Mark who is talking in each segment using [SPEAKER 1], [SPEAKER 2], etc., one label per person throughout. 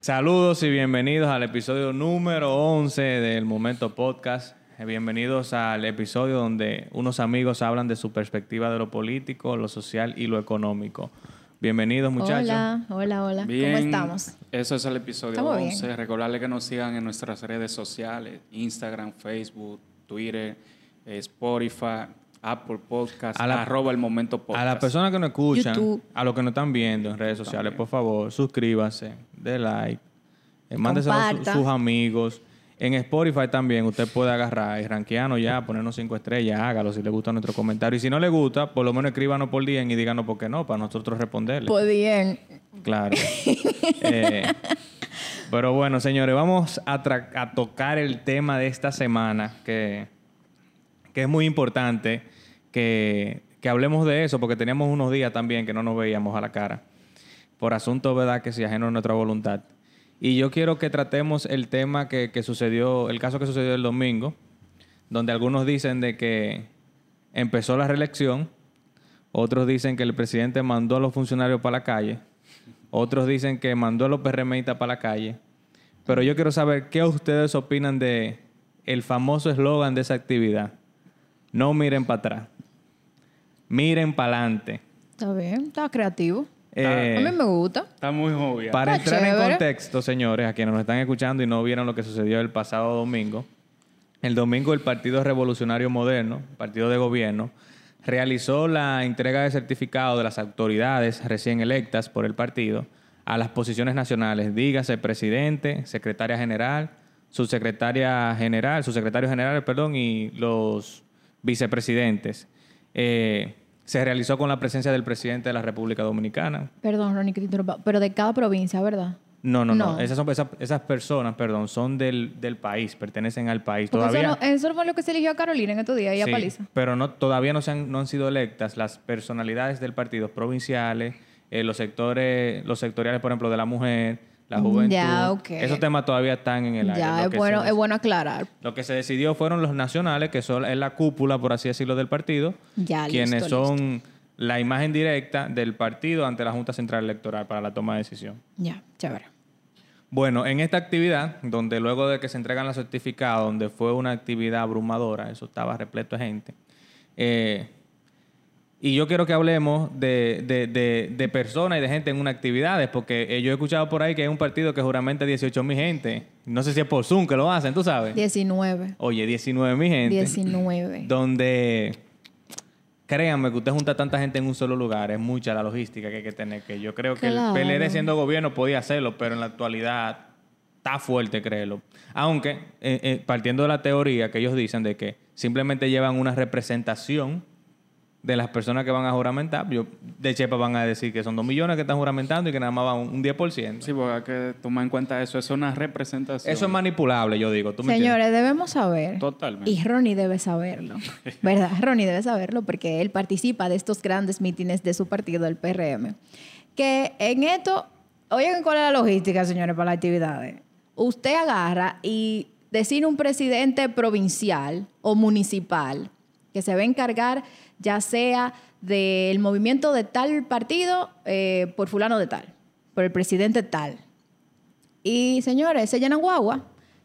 [SPEAKER 1] Saludos y bienvenidos al episodio número 11 del Momento Podcast. Eh, Bienvenidos al episodio donde unos amigos hablan de su perspectiva de lo político, lo social y lo económico. Bienvenidos muchachos.
[SPEAKER 2] Hola, hola, hola.
[SPEAKER 3] Bien,
[SPEAKER 2] ¿Cómo estamos?
[SPEAKER 3] Eso es el episodio
[SPEAKER 2] Estamos bien.
[SPEAKER 3] 11. Recordarle que nos sigan en nuestras redes sociales, Instagram, Facebook, Twitter, eh, Spotify, Apple Podcast,
[SPEAKER 1] A la-
[SPEAKER 3] arroba el momento podcast.
[SPEAKER 1] A las personas que nos escuchan,
[SPEAKER 2] YouTube.
[SPEAKER 1] a los que nos están viendo en redes sociales, por favor, suscríbanse, de like, eh, mándeselo a su-
[SPEAKER 2] Comparta.
[SPEAKER 1] sus amigos. En Spotify también usted puede agarrar y rankearnos ya, ponernos cinco estrellas, hágalo si le gusta nuestro comentario. Y si no le gusta, por lo menos escríbanos por día y díganos por qué no, para nosotros responderle.
[SPEAKER 2] Podían.
[SPEAKER 1] Claro. Eh, pero bueno, señores, vamos a, tra- a tocar el tema de esta semana, que, que es muy importante que, que hablemos de eso, porque teníamos unos días también que no nos veíamos a la cara, por asuntos, ¿verdad?, que si ajeno a nuestra voluntad. Y yo quiero que tratemos el tema que, que sucedió, el caso que sucedió el domingo, donde algunos dicen de que empezó la reelección, otros dicen que el presidente mandó a los funcionarios para la calle. Otros dicen que mandó a los PRMistas para la calle. Pero yo quiero saber qué ustedes opinan de el famoso eslogan de esa actividad. No miren para atrás. Miren para adelante.
[SPEAKER 2] Está bien, está creativo. Ah, A
[SPEAKER 1] Eh.
[SPEAKER 2] mí me gusta.
[SPEAKER 3] Está muy obvia.
[SPEAKER 1] Para
[SPEAKER 2] Está
[SPEAKER 1] entrar en
[SPEAKER 2] chévere.
[SPEAKER 1] contexto, señores, a quienes nos están escuchando y no vieron lo que sucedió el pasado domingo, el domingo el Partido Revolucionario Moderno, partido de gobierno, realizó la entrega de certificado de las autoridades recién electas por el partido a las posiciones nacionales, dígase presidente, secretaria general, subsecretaria general, subsecretario general, perdón, y los vicepresidentes. Eh, se realizó con la presencia del presidente de la República Dominicana,
[SPEAKER 2] Perdón, Ronnie, que te interrumpa, pero de cada provincia, ¿verdad?
[SPEAKER 1] no, no, no.
[SPEAKER 2] No.
[SPEAKER 1] Esas, son, esas, esas personas, perdón, son del, del país, pertenecen al país.
[SPEAKER 2] Porque
[SPEAKER 1] todavía
[SPEAKER 2] eso, no- eso fue lo que se eligió a Carolina en estos días y a
[SPEAKER 1] Sí,
[SPEAKER 2] Paliza.
[SPEAKER 1] Pero no, todavía no, se han, no han sido electas las personalidades del partido provinciales, eh, los sectores, los sectoriales, por ejemplo, de la mujer, la
[SPEAKER 2] Ya,
[SPEAKER 1] juventud.
[SPEAKER 2] ok.
[SPEAKER 1] Esos temas todavía están en el aire.
[SPEAKER 2] Ya,
[SPEAKER 1] Lo
[SPEAKER 2] es
[SPEAKER 1] que
[SPEAKER 2] bueno,
[SPEAKER 1] se-
[SPEAKER 2] es bueno aclarar.
[SPEAKER 1] lo que se decidió fueron los nacionales, que son es la cúpula, por así decirlo, del partido,
[SPEAKER 2] Ya,
[SPEAKER 1] quienes
[SPEAKER 2] listo,
[SPEAKER 1] son la imagen directa del partido ante la Junta Central Electoral para la toma de decisión.
[SPEAKER 2] Ya, chévere.
[SPEAKER 1] Bueno, en esta actividad, donde luego de que se entregan los certificados, donde fue una actividad abrumadora, eso estaba repleto de gente, eh, y yo quiero que hablemos de, de- de- de personas y de gente en una actividades, porque eh, yo he escuchado por ahí que hay un partido que juramenta 18 mil gente, no sé si es por Zoom que lo hacen, tú sabes.
[SPEAKER 2] 19.
[SPEAKER 1] Oye, 19 mil gente.
[SPEAKER 2] 19.
[SPEAKER 1] Donde, créanme, que usted junta tanta gente en un solo lugar, es mucha la logística que hay que tener. Que yo creo que
[SPEAKER 2] Claro.
[SPEAKER 1] el PLD siendo gobierno podía hacerlo, pero en la actualidad está fuerte, créelo. Aunque, eh, eh, partiendo de la teoría que ellos dicen de que simplemente llevan una representación de las personas que van a juramentar, yo, de Chepa van a decir que son 2 millones que están juramentando y que nada más van un 10%.
[SPEAKER 3] Sí, porque hay que tomar en cuenta eso. Es una representación.
[SPEAKER 1] Eso es manipulable, yo digo. ¿Tú me entiendes?
[SPEAKER 2] Señores, debemos saber.
[SPEAKER 3] Totalmente.
[SPEAKER 2] Y Ronnie debe saberlo, ¿verdad? Ronnie debe saberlo porque él participa de estos grandes mítines de su partido, el PRM. Que en esto, oigan cuál es la logística, señores, para las actividades. Usted agarra y decide un presidente provincial o municipal que se va a encargar ya sea del movimiento de tal partido eh, por fulano de tal, por el presidente tal. Y señores, se llenan guagua.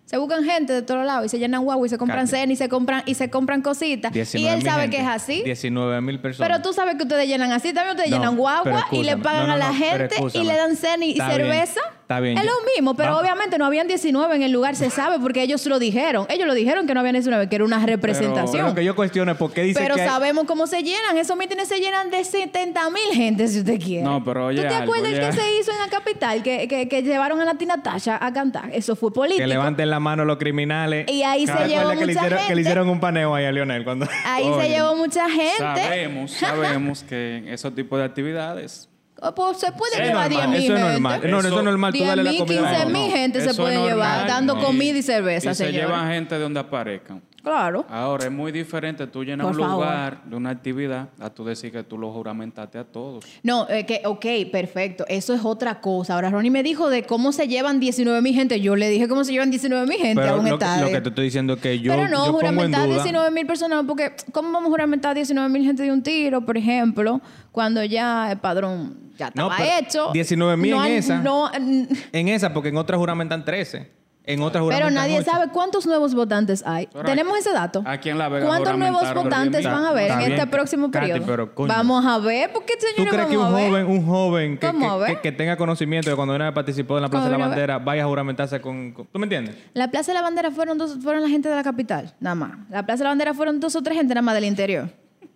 [SPEAKER 2] Se buscan gente de todos lados y se llenan guagua y se compran
[SPEAKER 1] Katia.
[SPEAKER 2] cena y se compran y se compran cositas. Y
[SPEAKER 1] 19.000
[SPEAKER 2] él sabe que es
[SPEAKER 1] gente,
[SPEAKER 2] así.
[SPEAKER 1] 19 mil personas.
[SPEAKER 2] Pero tú sabes que ustedes llenan así, también ustedes
[SPEAKER 1] No,
[SPEAKER 2] llenan
[SPEAKER 1] pero
[SPEAKER 2] guagua y le
[SPEAKER 1] escúchame.
[SPEAKER 2] pagan
[SPEAKER 1] No, no,
[SPEAKER 2] a la
[SPEAKER 1] no, pero
[SPEAKER 2] gente y
[SPEAKER 1] escúchame.
[SPEAKER 2] le dan cena y
[SPEAKER 1] Está bien,
[SPEAKER 2] cerveza.
[SPEAKER 1] está bien,
[SPEAKER 2] Es
[SPEAKER 1] yo-
[SPEAKER 2] lo mismo, pero
[SPEAKER 1] va-
[SPEAKER 2] obviamente no habían 19 en el lugar, se sabe, porque ellos lo dijeron. Ellos lo dijeron que no habían 19, que era una
[SPEAKER 1] Pero
[SPEAKER 2] representación.
[SPEAKER 1] lo que yo cuestiono es por qué dice
[SPEAKER 2] Pero
[SPEAKER 1] que hay-
[SPEAKER 2] sabemos cómo se llenan. Esos mítines se llenan de 70 mil gente, si usted quiere.
[SPEAKER 3] No, pero oye
[SPEAKER 2] ¿Tú te
[SPEAKER 3] algo,
[SPEAKER 2] acuerdas el
[SPEAKER 3] oye
[SPEAKER 2] que
[SPEAKER 3] algo.
[SPEAKER 2] se hizo en la capital? Que, que, que llevaron a la Tina Tasha a cantar. Eso fue político.
[SPEAKER 1] Que levanten la mano los criminales.
[SPEAKER 2] Y ahí se
[SPEAKER 1] ¿Te acuerdas
[SPEAKER 2] llevó
[SPEAKER 1] que le
[SPEAKER 2] mucha
[SPEAKER 1] hicieron, Que le
[SPEAKER 2] gente?
[SPEAKER 1] hicieron un paneo ahí a Lionel cuando...
[SPEAKER 2] Ahí se
[SPEAKER 3] Oye,
[SPEAKER 2] llevó mucha gente.
[SPEAKER 3] Sabemos, sabemos que en esos tipos de actividades...
[SPEAKER 2] Oh, pues, se puede
[SPEAKER 3] Eso es
[SPEAKER 2] llevar 10
[SPEAKER 3] normal,
[SPEAKER 2] mil
[SPEAKER 1] eso es normal.
[SPEAKER 2] gente.
[SPEAKER 1] No, no, eso
[SPEAKER 3] Eso-
[SPEAKER 1] es normal. Tú
[SPEAKER 2] 10
[SPEAKER 1] dale la
[SPEAKER 2] mil,
[SPEAKER 1] comida. a la
[SPEAKER 2] 15
[SPEAKER 1] gente.
[SPEAKER 2] mil gente se
[SPEAKER 3] eso
[SPEAKER 2] puede
[SPEAKER 3] es
[SPEAKER 2] llevar, dando comida y cerveza,
[SPEAKER 3] Y se
[SPEAKER 2] señores.
[SPEAKER 3] llevan gente de donde aparezcan.
[SPEAKER 2] Claro.
[SPEAKER 3] Ahora es muy diferente tú llenas
[SPEAKER 2] Por
[SPEAKER 3] un
[SPEAKER 2] favor.
[SPEAKER 3] lugar de una actividad a tú decir que tú lo juramentaste a todos.
[SPEAKER 2] No, eh, que, ok, perfecto. Eso es otra cosa. Ahora, Ronnie me dijo de cómo se llevan 19 mil gente. Yo le dije cómo se llevan 19 mil gente a
[SPEAKER 1] Pero
[SPEAKER 2] un
[SPEAKER 1] lo,
[SPEAKER 2] estadio.
[SPEAKER 1] lo que te estoy diciendo es que yo,
[SPEAKER 2] Pero
[SPEAKER 1] yo
[SPEAKER 2] no,
[SPEAKER 1] pongo en
[SPEAKER 2] juramentar
[SPEAKER 1] duda...
[SPEAKER 2] 19 mil personas, porque ¿cómo vamos a juramentar 19 mil gente de un tiro, por ejemplo, cuando ya el padrón ya
[SPEAKER 1] No,
[SPEAKER 2] estaba
[SPEAKER 1] pero
[SPEAKER 2] hecho?
[SPEAKER 1] 19.000 en
[SPEAKER 2] han-
[SPEAKER 1] esa.
[SPEAKER 2] no han-
[SPEAKER 1] En esa, porque en otras juramentan 13. En otras
[SPEAKER 2] pero
[SPEAKER 1] juramentan
[SPEAKER 2] nadie
[SPEAKER 1] 8.
[SPEAKER 2] sabe cuántos nuevos votantes hay.
[SPEAKER 3] Pero
[SPEAKER 2] Tenemos
[SPEAKER 3] aquí-
[SPEAKER 2] ese dato.
[SPEAKER 3] aquí en La Vega
[SPEAKER 2] ¿Cuántos nuevos
[SPEAKER 3] juramentaron
[SPEAKER 2] votantes
[SPEAKER 3] 10.000?
[SPEAKER 2] van a haber
[SPEAKER 1] Está
[SPEAKER 2] en
[SPEAKER 1] bien,
[SPEAKER 2] este próximo
[SPEAKER 1] Katy,
[SPEAKER 2] periodo?
[SPEAKER 1] pero coño.
[SPEAKER 2] Vamos a ver, porque
[SPEAKER 1] ¿Tú
[SPEAKER 2] señores
[SPEAKER 1] crees que un
[SPEAKER 2] vamos a ver?
[SPEAKER 1] joven, un joven que,
[SPEAKER 2] Vamos a
[SPEAKER 1] que-
[SPEAKER 2] ver.
[SPEAKER 1] que- que tenga conocimiento de cuando una vez participó en la Plaza de la
[SPEAKER 2] Vamos a ver.
[SPEAKER 1] Bandera vaya a juramentarse con, con- ¿Tú me entiendes?
[SPEAKER 2] La Plaza de la Bandera fueron dos, fueron la gente de la capital, nada más. La Plaza de la Bandera fueron dos o tres gente nada más del interior.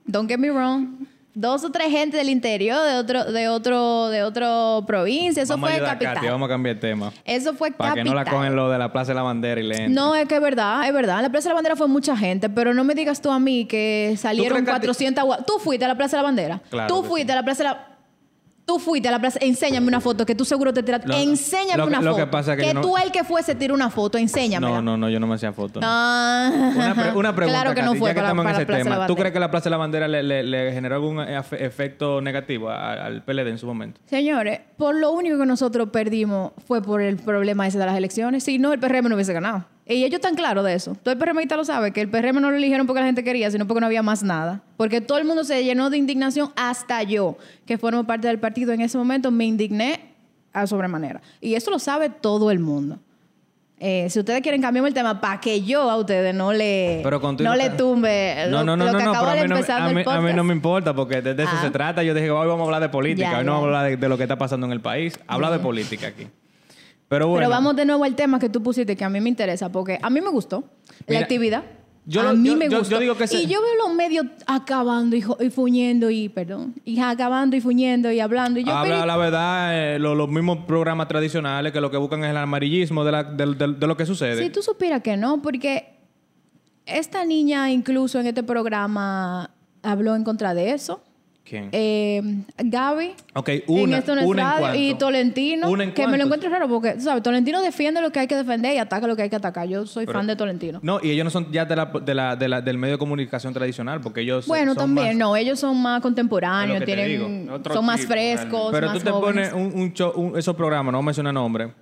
[SPEAKER 2] Don't get me wrong. Dos o tres gente del interior, de otro, de otro, de otro provincia. Eso
[SPEAKER 1] vamos a
[SPEAKER 2] fue
[SPEAKER 1] ayudar a
[SPEAKER 2] capital.
[SPEAKER 1] Katy, vamos a cambiar el tema.
[SPEAKER 2] Eso fue
[SPEAKER 1] Para que
[SPEAKER 2] capital.
[SPEAKER 1] no la cogen lo de la Plaza de la Bandera y le entren.
[SPEAKER 2] No, es que es verdad, es verdad. En la Plaza de la Bandera fue mucha gente, pero no me digas tú a mí que salieron
[SPEAKER 1] crees que a ti-
[SPEAKER 2] 400 agua- Tú fuiste a la Plaza de la Bandera.
[SPEAKER 1] Claro
[SPEAKER 2] tú
[SPEAKER 1] que
[SPEAKER 2] fuiste a la Plaza de la... Tú fuiste a la plaza, enséñame una foto que tú seguro te tiraste.
[SPEAKER 1] Lo-
[SPEAKER 2] enséñame
[SPEAKER 1] lo que-
[SPEAKER 2] una
[SPEAKER 1] lo
[SPEAKER 2] foto.
[SPEAKER 1] que pasa es que yo no-
[SPEAKER 2] tú el que fue se tiró una foto, enséñame.
[SPEAKER 1] no, no, no, yo no me hacía foto. no.
[SPEAKER 2] Ah,
[SPEAKER 1] Una, pre-
[SPEAKER 2] ajá.
[SPEAKER 1] una pregunta,
[SPEAKER 2] Claro que
[SPEAKER 1] Katy,
[SPEAKER 2] no fue
[SPEAKER 1] ya que
[SPEAKER 2] para,
[SPEAKER 1] estamos en
[SPEAKER 2] para
[SPEAKER 1] ese
[SPEAKER 2] Plaza de
[SPEAKER 1] tema.
[SPEAKER 2] la
[SPEAKER 1] ¿Tú
[SPEAKER 2] Bandera.
[SPEAKER 1] crees que la Plaza de la Bandera le, le- le generó algún efe- efecto negativo a- al PLD en su momento?
[SPEAKER 2] Señores, por lo único que nosotros perdimos fue por el problema ese de las elecciones. Si no, el PRM no hubiese ganado. Y ellos están claros de eso. Todo el PRMista lo sabe, que el PRM no lo eligieron porque la gente quería, sino porque no había más nada. Porque todo el mundo se llenó de indignación, hasta yo, que formo parte del partido en ese momento, me indigné a sobremanera. Y eso lo sabe todo el mundo. Eh, si ustedes quieren cambiarme el tema, para que yo a ustedes no le,
[SPEAKER 1] Pero contigo
[SPEAKER 2] no le
[SPEAKER 1] está-
[SPEAKER 2] tumbe Eh, lo, lo que acabo
[SPEAKER 1] pero
[SPEAKER 2] de
[SPEAKER 1] a mí, no, me-
[SPEAKER 2] empezar
[SPEAKER 1] a,
[SPEAKER 2] del
[SPEAKER 1] mí, a mí
[SPEAKER 2] podcast.
[SPEAKER 1] no me importa porque de, de eso
[SPEAKER 2] Ah.
[SPEAKER 1] se trata. Yo dije que hoy vamos a hablar de política,
[SPEAKER 2] Ya,
[SPEAKER 1] hoy no
[SPEAKER 2] ya.
[SPEAKER 1] vamos a hablar de, de lo que está pasando en el país. Habla de política aquí. Pero bueno.
[SPEAKER 2] Pero vamos de nuevo al tema que tú pusiste, que a mí me interesa, porque a mí me gustó
[SPEAKER 1] Mira,
[SPEAKER 2] la actividad.
[SPEAKER 1] yo
[SPEAKER 2] a
[SPEAKER 1] lo-
[SPEAKER 2] mí
[SPEAKER 1] yo-
[SPEAKER 2] me
[SPEAKER 1] yo-
[SPEAKER 2] gustó.
[SPEAKER 1] yo digo que se-
[SPEAKER 2] Y yo veo los medios acabando y, jo- y fuñendo y, perdón, y acabando y fuñendo y hablando. Y yo,
[SPEAKER 1] Habla
[SPEAKER 2] pero-
[SPEAKER 1] la verdad, eh, lo- los mismos programas tradicionales que lo que buscan es el amarillismo de, la- del- del- de lo que sucede.
[SPEAKER 2] Si tú supieras que no, porque esta niña incluso en este programa habló en contra de eso.
[SPEAKER 1] ¿Quién?
[SPEAKER 2] Eh, Gaby.
[SPEAKER 1] ok, una,
[SPEAKER 2] en esto no es
[SPEAKER 1] una en
[SPEAKER 2] radio,
[SPEAKER 1] cuanto.
[SPEAKER 2] y Tolentino,
[SPEAKER 1] Una en
[SPEAKER 2] que me lo
[SPEAKER 1] cuanto.
[SPEAKER 2] encuentro raro porque, tú ¿sabes? Tolentino defiende lo que hay que defender y ataca lo que hay que atacar. Yo soy
[SPEAKER 1] Pero-
[SPEAKER 2] fan de Tolentino.
[SPEAKER 1] No, y ellos no son ya de la- de la- de la- del medio de comunicación tradicional, porque ellos
[SPEAKER 2] Bueno,
[SPEAKER 1] son
[SPEAKER 2] también,
[SPEAKER 1] más-
[SPEAKER 2] no, ellos son más
[SPEAKER 1] Es
[SPEAKER 2] contemporáneos,
[SPEAKER 1] lo que te
[SPEAKER 2] tienen,
[SPEAKER 3] digo. Otro
[SPEAKER 2] son más
[SPEAKER 3] tipo,
[SPEAKER 2] frescos,
[SPEAKER 1] Pero tú
[SPEAKER 2] más
[SPEAKER 1] te
[SPEAKER 2] jóvenes.
[SPEAKER 1] pones un, un show- un- esos programas, no menciona nombre,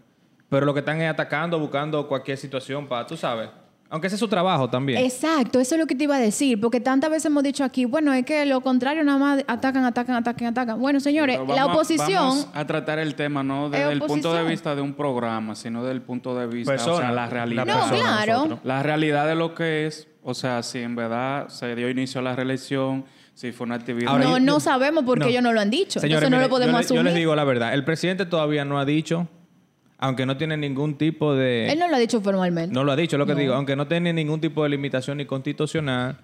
[SPEAKER 1] pero lo que están es atacando, buscando cualquier situación para, tú sabes, aunque ese es su trabajo también.
[SPEAKER 2] Exacto, eso es lo que te iba a decir, porque tantas veces hemos dicho aquí, bueno, es que lo contrario nada más atacan, atacan, atacan, atacan. Bueno, señores,
[SPEAKER 3] Pero
[SPEAKER 2] la
[SPEAKER 3] vamos a-
[SPEAKER 2] oposición,
[SPEAKER 3] vamos a tratar el tema no
[SPEAKER 2] Es
[SPEAKER 3] desde el punto de
[SPEAKER 2] oposición.
[SPEAKER 3] vista de un programa, sino del punto de vista,
[SPEAKER 1] Persona,
[SPEAKER 3] o sea, la realidad.
[SPEAKER 2] No, persona, claro.
[SPEAKER 1] nosotros.
[SPEAKER 3] La realidad de lo que es, o sea, si en verdad se dio inicio a la reelección, si fue una actividad.
[SPEAKER 1] Ahora,
[SPEAKER 2] no,
[SPEAKER 1] yo-
[SPEAKER 2] no
[SPEAKER 1] yo-
[SPEAKER 2] sabemos porque
[SPEAKER 1] no.
[SPEAKER 2] ellos no lo han dicho,
[SPEAKER 1] Señores,
[SPEAKER 2] entonces no
[SPEAKER 1] mire,
[SPEAKER 2] lo podemos
[SPEAKER 1] yo, le- yo
[SPEAKER 2] asumir.
[SPEAKER 1] les digo la verdad, el presidente todavía no ha dicho, aunque no tiene ningún tipo de...
[SPEAKER 2] Él no lo ha dicho formalmente.
[SPEAKER 1] No lo ha dicho, lo que digo, aunque no tiene ningún tipo de limitación ni constitucional,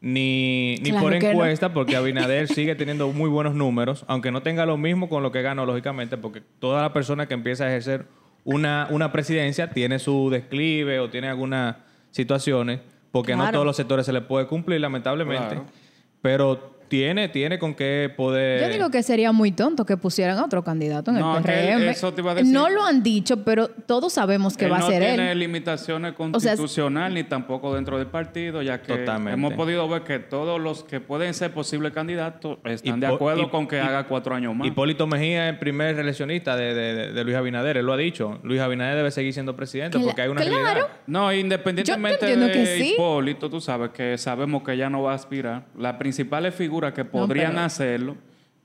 [SPEAKER 1] ni, ni
[SPEAKER 2] Claro
[SPEAKER 1] por
[SPEAKER 2] que no.
[SPEAKER 1] encuesta, porque Abinader sigue teniendo muy buenos números, aunque no tenga lo mismo con lo que ganó, lógicamente, porque toda la persona que empieza a ejercer una, una presidencia tiene su desclive o tiene algunas situaciones, porque no
[SPEAKER 2] Claro.
[SPEAKER 1] todos los sectores se le puede cumplir, lamentablemente,
[SPEAKER 3] Claro.
[SPEAKER 1] pero tiene, tiene con qué poder...
[SPEAKER 2] Yo digo que sería muy tonto que pusieran a otro candidato en
[SPEAKER 3] No,
[SPEAKER 2] el
[SPEAKER 3] que
[SPEAKER 2] PRM.
[SPEAKER 3] eso te iba a decir.
[SPEAKER 2] No lo han dicho, pero todos sabemos que
[SPEAKER 3] él
[SPEAKER 2] va
[SPEAKER 3] no
[SPEAKER 2] a ser
[SPEAKER 3] tiene
[SPEAKER 2] él.
[SPEAKER 3] limitaciones
[SPEAKER 2] O sea, es-
[SPEAKER 3] constitucional ni tampoco dentro del partido, ya que
[SPEAKER 1] Totalmente.
[SPEAKER 3] hemos podido ver que todos los que pueden ser posibles candidatos están de
[SPEAKER 1] Hipo-
[SPEAKER 3] acuerdo
[SPEAKER 1] hip-
[SPEAKER 3] con que
[SPEAKER 1] hip-
[SPEAKER 3] haga cuatro años más.
[SPEAKER 1] Hipólito Mejía es el primer reeleccionista de, de- de- de Luis Abinader, él lo ha dicho. Luis Abinader debe seguir siendo presidente
[SPEAKER 2] Cla-
[SPEAKER 1] porque hay una
[SPEAKER 2] claro.
[SPEAKER 1] realidad.
[SPEAKER 3] No, independientemente
[SPEAKER 2] Yo entiendo
[SPEAKER 3] de
[SPEAKER 2] que sí.
[SPEAKER 3] Hipólito, tú sabes que sabemos que ella no va a aspirar. Las principales figuras que podrían
[SPEAKER 2] pero-
[SPEAKER 3] hacerlo,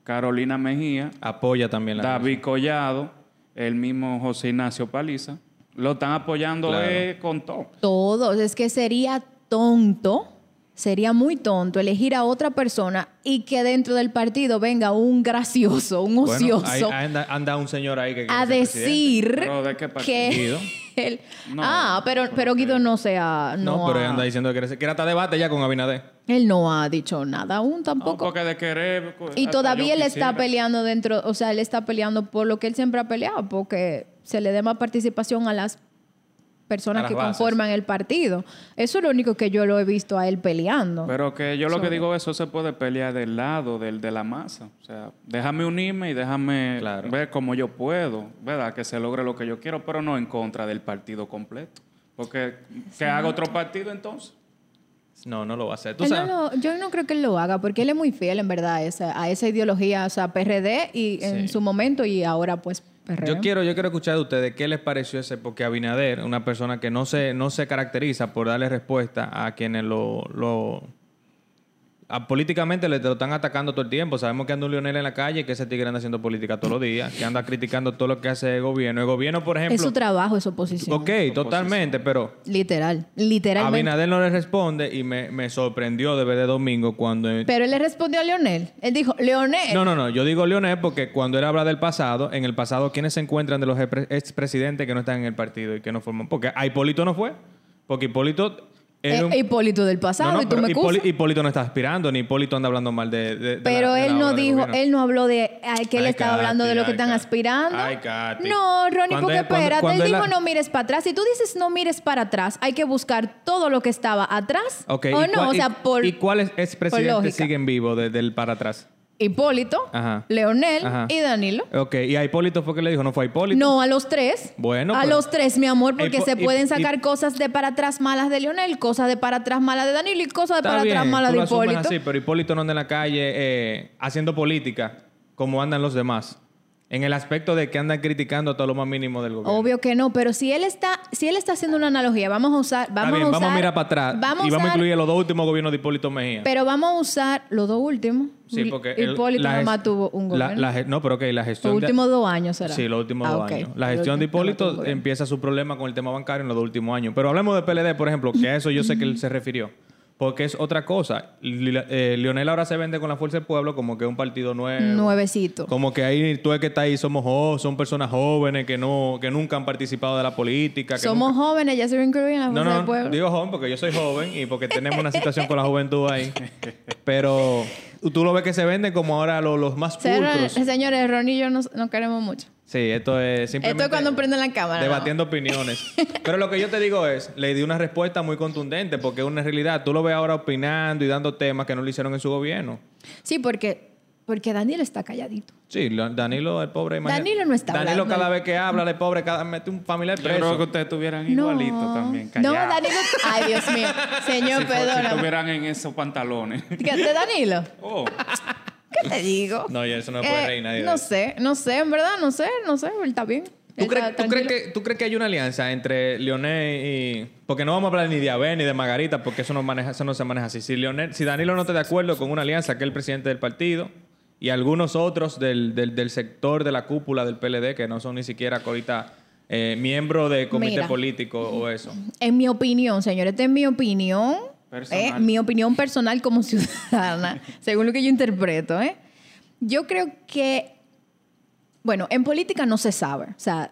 [SPEAKER 3] Carolina Mejía,
[SPEAKER 1] Apoya también la
[SPEAKER 3] David Collado, el mismo José Ignacio Paliza, lo están apoyando
[SPEAKER 1] Claro.
[SPEAKER 3] eh, con todo.
[SPEAKER 2] todos. Es que sería tonto, sería muy tonto elegir a otra persona y que dentro del partido venga un gracioso, un
[SPEAKER 1] Bueno,
[SPEAKER 2] ocioso,
[SPEAKER 1] ahí- ahí anda, anda un señor ahí que quiere
[SPEAKER 2] a
[SPEAKER 1] ser presidente.
[SPEAKER 2] decir
[SPEAKER 3] Pero, ¿de qué
[SPEAKER 2] que...
[SPEAKER 1] partido?
[SPEAKER 2] él-
[SPEAKER 3] No,
[SPEAKER 2] ah, pero,
[SPEAKER 3] porque-
[SPEAKER 2] pero Guido no se ha...
[SPEAKER 1] No,
[SPEAKER 2] No,
[SPEAKER 1] pero
[SPEAKER 2] ha-
[SPEAKER 1] él anda diciendo que quiere, ser- quiere hasta debate ya con Abinader.
[SPEAKER 2] él no ha dicho nada aún
[SPEAKER 3] No,
[SPEAKER 2] tampoco.
[SPEAKER 3] porque de querer. pues,
[SPEAKER 2] y
[SPEAKER 3] hasta
[SPEAKER 2] todavía
[SPEAKER 3] Ah, yo
[SPEAKER 2] él
[SPEAKER 3] quisiera.
[SPEAKER 2] está peleando dentro, o sea, él está peleando por lo que él siempre ha peleado, porque se le dé más participación a las personas
[SPEAKER 1] A las
[SPEAKER 2] que
[SPEAKER 1] bases.
[SPEAKER 2] conforman el partido. Eso es lo único que yo lo he visto a él peleando.
[SPEAKER 3] Pero que yo lo que
[SPEAKER 2] Sobre.
[SPEAKER 3] digo es, eso se puede pelear del lado del, de la masa. O sea, déjame unirme y déjame
[SPEAKER 1] Claro.
[SPEAKER 3] ver cómo yo puedo, ¿verdad? Que se logre lo que yo quiero, pero no en contra del partido completo. Porque, ¿qué haga otro partido entonces?
[SPEAKER 1] No, no lo va a hacer. ¿Tú
[SPEAKER 2] Él no
[SPEAKER 1] sabes?
[SPEAKER 2] lo- yo no creo que él lo haga porque él es muy fiel en verdad a esa, a esa ideología, o sea, PRD y en
[SPEAKER 1] Sí.
[SPEAKER 2] su momento y ahora pues PRD.
[SPEAKER 1] Yo quiero, yo quiero escuchar de ustedes qué les pareció ese, porque Abinader, una persona que no se, no se caracteriza por darle respuesta a quienes lo, lo a- políticamente le lo están atacando todo el tiempo. Sabemos que anda un Leonel en la calle, que ese tigre anda haciendo política todos los días, que anda criticando todo lo que hace el gobierno. El gobierno, por
[SPEAKER 2] es
[SPEAKER 1] ejemplo.
[SPEAKER 2] su trabajo, es su oposición.
[SPEAKER 1] ok, totalmente, pero
[SPEAKER 2] Literal, literalmente.
[SPEAKER 1] Abinader no le responde y me, me sorprendió de ver de domingo cuando
[SPEAKER 2] Pero él le respondió a Leonel. Él dijo, Leonel.
[SPEAKER 1] No, no, no. Yo digo Leonel porque cuando él habla del pasado, en el pasado, ¿quiénes se encuentran de los expre- expresidentes que no están en el partido y que no forman? Porque a Hipólito no fue. Porque Hipólito.
[SPEAKER 2] Eh,
[SPEAKER 1] era un-
[SPEAKER 2] Hipólito del pasado,
[SPEAKER 1] No, no,
[SPEAKER 2] y tú
[SPEAKER 1] pero
[SPEAKER 2] me
[SPEAKER 1] Hipóli-
[SPEAKER 2] excusas.
[SPEAKER 1] Hipólito no está aspirando, ni Hipólito anda hablando mal de. de- de la-
[SPEAKER 2] Pero
[SPEAKER 1] de la
[SPEAKER 2] él
[SPEAKER 1] obra
[SPEAKER 2] no
[SPEAKER 1] del
[SPEAKER 2] dijo,
[SPEAKER 1] gobierno.
[SPEAKER 2] él no habló de ay, que él
[SPEAKER 1] Ay,
[SPEAKER 2] estaba hablando de lo
[SPEAKER 1] Katy,
[SPEAKER 2] que están
[SPEAKER 1] ay, Katy.
[SPEAKER 2] aspirando.
[SPEAKER 1] Ay, Katy.
[SPEAKER 2] No, Ronnie,
[SPEAKER 1] Cuando
[SPEAKER 2] porque
[SPEAKER 1] él- cuando-
[SPEAKER 2] espérate,
[SPEAKER 1] cuando
[SPEAKER 2] él
[SPEAKER 1] él la-
[SPEAKER 2] dijo no mires para atrás. Si tú dices no mires para atrás, hay que buscar todo lo que estaba atrás.
[SPEAKER 1] Ok,
[SPEAKER 2] o
[SPEAKER 1] ¿y
[SPEAKER 2] Oh, no,
[SPEAKER 1] cuál-
[SPEAKER 2] o
[SPEAKER 1] y-
[SPEAKER 2] sea, por
[SPEAKER 1] ¿Y cuáles
[SPEAKER 2] lógica.
[SPEAKER 1] expresidentes siguen vivos desde el para atrás?
[SPEAKER 2] Hipólito,
[SPEAKER 1] Ajá.
[SPEAKER 2] Leonel
[SPEAKER 1] Ajá.
[SPEAKER 2] y Danilo.
[SPEAKER 1] Ok, ¿y a Hipólito fue que le dijo? ¿No fue a Hipólito?
[SPEAKER 2] No, a los tres.
[SPEAKER 1] Bueno,
[SPEAKER 2] A
[SPEAKER 1] pero-
[SPEAKER 2] los tres, mi amor, porque
[SPEAKER 1] Hipo-
[SPEAKER 2] se
[SPEAKER 1] hip-
[SPEAKER 2] pueden
[SPEAKER 1] hip-
[SPEAKER 2] sacar cosas de para atrás malas de Leonel, cosas de para atrás malas de Danilo y cosas de
[SPEAKER 1] Está
[SPEAKER 2] para
[SPEAKER 1] bien,
[SPEAKER 2] atrás malas
[SPEAKER 1] tú
[SPEAKER 2] de
[SPEAKER 1] lo asumes
[SPEAKER 2] Hipólito.
[SPEAKER 1] así, pues, pero Hipólito no anda en la calle eh, haciendo política como andan los demás. En el aspecto de que andan criticando todo lo más mínimo del gobierno.
[SPEAKER 2] Obvio que no, pero si él está, si él está haciendo una analogía, vamos a usar,
[SPEAKER 1] Está
[SPEAKER 2] vamos
[SPEAKER 1] bien,
[SPEAKER 2] a usar,
[SPEAKER 1] vamos a mirar para atrás
[SPEAKER 2] vamos
[SPEAKER 1] y
[SPEAKER 2] a
[SPEAKER 1] vamos a
[SPEAKER 2] usar-
[SPEAKER 1] incluir a los dos últimos gobiernos de Hipólito Mejía.
[SPEAKER 2] pero vamos a usar los dos últimos.
[SPEAKER 1] Sí, porque el-
[SPEAKER 2] Hipólito
[SPEAKER 1] la
[SPEAKER 2] nada
[SPEAKER 1] ges-
[SPEAKER 2] más tuvo un
[SPEAKER 1] la-
[SPEAKER 2] gobierno.
[SPEAKER 1] la ge- no, pero ok, la
[SPEAKER 2] los
[SPEAKER 1] gestión. de-
[SPEAKER 2] últimos dos años será.
[SPEAKER 1] Sí, los últimos
[SPEAKER 2] Ah,
[SPEAKER 1] dos
[SPEAKER 2] ok.
[SPEAKER 1] años. La
[SPEAKER 2] Los
[SPEAKER 1] gestión de
[SPEAKER 2] últimos- los
[SPEAKER 1] Hipólito em,
[SPEAKER 2] últimos gobiernos.
[SPEAKER 1] empieza su problema con el tema bancario en los dos últimos años. Pero hablemos de PLD, por ejemplo, que a eso yo sé que él se refirió. Porque es otra cosa. Li- eh, Lionel ahora se vende con la fuerza del pueblo como que es un partido nuevo.
[SPEAKER 2] Nuevecito.
[SPEAKER 1] em, Como que ahí tú el que está ahí somos jo- son personas jóvenes que no que nunca han participado de la política. que
[SPEAKER 2] Somos
[SPEAKER 1] nunca-
[SPEAKER 2] jóvenes, ya se va a incluir en la
[SPEAKER 1] No,
[SPEAKER 2] fuerza
[SPEAKER 1] no,
[SPEAKER 2] del pueblo.
[SPEAKER 1] digo joven porque yo soy joven y porque tenemos una situación con la juventud ahí. Pero tú lo ves que se venden como ahora lo- los más
[SPEAKER 2] Señores,
[SPEAKER 1] pulcros.
[SPEAKER 2] señores, Ron y yo nos, nos queremos mucho.
[SPEAKER 1] Sí, esto es simplemente...
[SPEAKER 2] Esto es cuando prenden la cámara. nada más.
[SPEAKER 1] Debatiendo opiniones. Pero lo que yo te digo es, le di una respuesta muy contundente porque es una realidad. Tú lo ves ahora opinando y dando temas que no le hicieron en su gobierno.
[SPEAKER 2] Sí, porque, porque Daniel está calladito.
[SPEAKER 1] Sí, lo- Danilo, el pobre... imagínate.
[SPEAKER 2] Danilo no está
[SPEAKER 1] Danilo
[SPEAKER 2] hablando.
[SPEAKER 1] cada vez que habla, el pobre, cada mete un familiar
[SPEAKER 3] Yo
[SPEAKER 1] preso.
[SPEAKER 3] creo que ustedes estuvieran igualitos
[SPEAKER 2] no.
[SPEAKER 3] también,
[SPEAKER 2] No,
[SPEAKER 3] callados.
[SPEAKER 2] Danilo. Ay, Dios mío. Señor,
[SPEAKER 3] si, fu- si
[SPEAKER 2] perdóname.
[SPEAKER 3] estuvieran en esos pantalones.
[SPEAKER 2] ¿Qué- ¿De Danilo?
[SPEAKER 3] Oh,
[SPEAKER 2] ¿Qué te digo?
[SPEAKER 1] No, ya eso no me puede reír nadie ¿eh? de
[SPEAKER 2] Eh, No
[SPEAKER 1] eso.
[SPEAKER 2] sé, no sé, en verdad, no sé, no sé, él está bien.
[SPEAKER 1] ¿Tú
[SPEAKER 2] Él
[SPEAKER 1] crees,
[SPEAKER 2] está
[SPEAKER 1] tú crees
[SPEAKER 2] tranquilo.
[SPEAKER 1] que, tú crees que hay una alianza entre Lionel y... Porque no vamos a hablar ni de Abel ni de Margarita, porque eso no, maneja, eso no se maneja así. Si, Lionel, si Danilo no está de acuerdo con una alianza, que es el presidente del partido, y algunos otros del, del- del sector de la cúpula del PLD, que no son ni siquiera ahorita eh, miembro de comité
[SPEAKER 2] Mira.
[SPEAKER 1] político o eso.
[SPEAKER 2] En mi opinión, señores, esta es mi opinión.
[SPEAKER 3] Personal.
[SPEAKER 2] ¿eh? Mi opinión personal como ciudadana, según lo que yo interpreto. ¿eh? Yo creo que, bueno, en política no se sabe. O sea,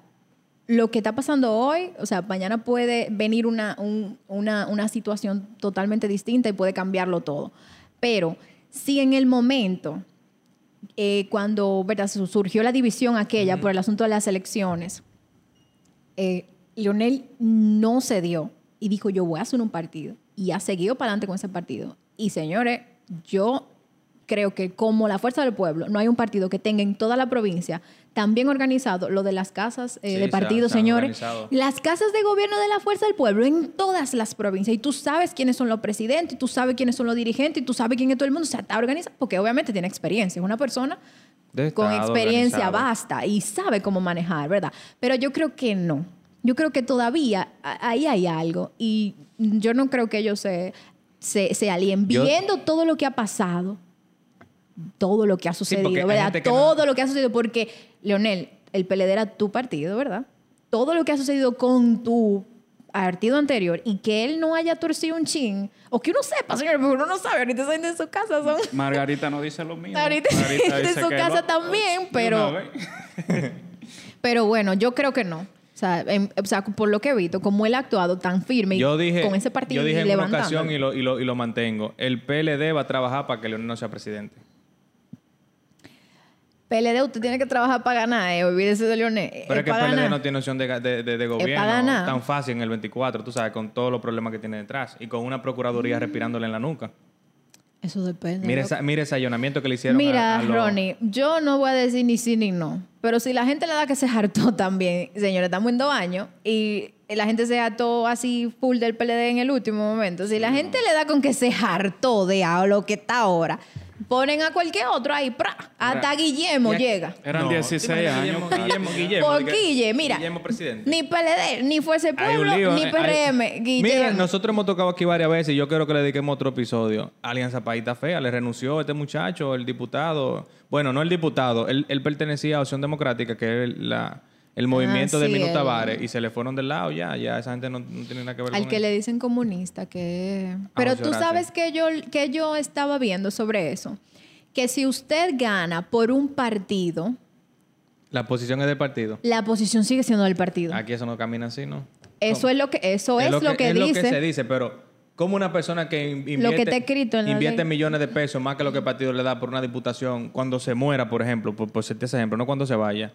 [SPEAKER 2] lo que está pasando hoy, o sea, mañana puede venir una, un- una, una situación totalmente distinta y puede cambiarlo todo. Pero si en el momento eh, cuando ¿verdad? Su- surgió la división aquella por el asunto de las elecciones, eh, Lionel no cedió y dijo, yo voy a hacer un partido. Y ha seguido para adelante con ese partido. Y señores, yo creo que como la fuerza del pueblo, no hay un partido que tenga en toda la provincia tan bien organizado lo de las casas eh,
[SPEAKER 1] Sí,
[SPEAKER 2] de
[SPEAKER 1] se ha-
[SPEAKER 2] partidos,
[SPEAKER 1] se han
[SPEAKER 2] señores.
[SPEAKER 1] organizado.
[SPEAKER 2] Las casas de gobierno de la fuerza del pueblo en todas las provincias. Y tú sabes quiénes son los presidentes, y tú sabes quiénes son los dirigentes, y tú sabes quién es todo el mundo. O sea, está organizado porque obviamente tiene experiencia. Es una persona
[SPEAKER 1] De
[SPEAKER 2] con
[SPEAKER 1] Estado,
[SPEAKER 2] experiencia
[SPEAKER 1] organizado.
[SPEAKER 2] basta y sabe cómo manejar, ¿verdad? Pero yo creo que no. Yo creo que todavía a- ahí hay algo y yo no creo que ellos se, se, se alíen.
[SPEAKER 1] Yo-
[SPEAKER 2] Viendo todo lo que ha pasado, todo lo que ha sucedido,
[SPEAKER 1] porque hay
[SPEAKER 2] ¿verdad?
[SPEAKER 1] gente que
[SPEAKER 2] Todo
[SPEAKER 1] no-
[SPEAKER 2] lo que ha sucedido, porque, Leonel, el PLD era tu partido, ¿verdad? Todo lo que ha sucedido con tu partido anterior y que él no haya torcido un chin, o que uno sepa, señor, porque uno no sabe, ahorita salen de su casa, son...
[SPEAKER 3] Margarita no dice lo mismo.
[SPEAKER 2] Ahorita en
[SPEAKER 3] dice
[SPEAKER 2] su
[SPEAKER 3] que
[SPEAKER 2] casa
[SPEAKER 3] lo-
[SPEAKER 2] también,
[SPEAKER 3] de
[SPEAKER 2] pero-
[SPEAKER 3] una vez.
[SPEAKER 2] Pero bueno, yo creo que no. O sea, en- o sea, por lo que he visto, como él ha actuado tan firme y
[SPEAKER 1] Yo dije,
[SPEAKER 2] con ese partido
[SPEAKER 1] yo dije
[SPEAKER 2] y
[SPEAKER 1] en una
[SPEAKER 2] levantándolo.
[SPEAKER 1] ocasión y lo, y, lo, y lo mantengo. El PLD va a trabajar para que Leonel no sea presidente.
[SPEAKER 2] PLD, usted tiene que trabajar para ganar, eh, olvídese de Leonel. eh,
[SPEAKER 1] Pero es que el
[SPEAKER 2] para
[SPEAKER 1] PLD
[SPEAKER 2] ganar.
[SPEAKER 1] no tiene opción de, ga- de- de- de
[SPEAKER 2] para
[SPEAKER 1] gobierno
[SPEAKER 2] nada.
[SPEAKER 1] tan fácil en el 24, tú sabes, con todos los problemas que tiene detrás y con una
[SPEAKER 2] Mm.
[SPEAKER 1] procuraduría respirándole en la nuca.
[SPEAKER 2] Eso depende.
[SPEAKER 1] Mira,
[SPEAKER 2] loco.
[SPEAKER 1] esa- mira ese allanamiento que le hicieron. a-
[SPEAKER 2] Mira,
[SPEAKER 1] a los-
[SPEAKER 2] Ronnie, yo no voy a decir ni sí ni no. Pero si la gente le da que se hartó también, señores, estamos en dos años y la gente se hartó así full del PLD en el último momento. Si la gente le da con que se hartó de a lo que está ahora, ponen a cualquier otro ahí, ¡pra! Hasta Guillermo llega.
[SPEAKER 3] Eran
[SPEAKER 1] No,
[SPEAKER 3] 16
[SPEAKER 1] ¿te imaginas
[SPEAKER 3] años.
[SPEAKER 1] Guillermo, Guillermo, Guillermo.
[SPEAKER 2] Por
[SPEAKER 1] diga-
[SPEAKER 2] Guille, mira.
[SPEAKER 1] Guillermo presidente.
[SPEAKER 2] Ni PLD, ni Fuerza
[SPEAKER 1] Hay un
[SPEAKER 2] Pueblo,
[SPEAKER 1] lío,
[SPEAKER 2] ni
[SPEAKER 1] eh,
[SPEAKER 2] PRM.
[SPEAKER 1] hay-
[SPEAKER 2] Guillermo.
[SPEAKER 1] Mira, nosotros hemos tocado aquí varias veces y yo quiero que le dediquemos otro episodio. Alianza Paita Fea, le renunció este muchacho, el diputado. Bueno, no el diputado, él, él pertenecía a Opción Democrática, que es la- el movimiento de
[SPEAKER 2] Ah, sí,
[SPEAKER 1] Minu
[SPEAKER 2] el-
[SPEAKER 1] Tavares, y se le fueron del lado ya, ya esa gente no, no tiene nada que ver
[SPEAKER 2] Al
[SPEAKER 1] con
[SPEAKER 2] que
[SPEAKER 1] él.
[SPEAKER 2] le dicen comunista, que...
[SPEAKER 1] Ah,
[SPEAKER 2] Pero
[SPEAKER 1] José
[SPEAKER 2] tú
[SPEAKER 1] Horacio.
[SPEAKER 2] sabes que yo, que yo estaba viendo sobre eso. Que si usted gana por un partido,
[SPEAKER 1] La posición es del partido.
[SPEAKER 2] la posición sigue siendo del partido.
[SPEAKER 1] Aquí eso no camina así, ¿no?
[SPEAKER 2] Eso es lo que, eso es, lo que,
[SPEAKER 1] Ah, es
[SPEAKER 2] dice.
[SPEAKER 1] lo que se dice, pero como una persona que in- invierte,
[SPEAKER 2] está escrito en la
[SPEAKER 1] invierte
[SPEAKER 2] ley.
[SPEAKER 1] millones de pesos más que lo que el partido le da por una diputación cuando se muera, por ejemplo, por, por ser ese ejemplo, no cuando se vaya,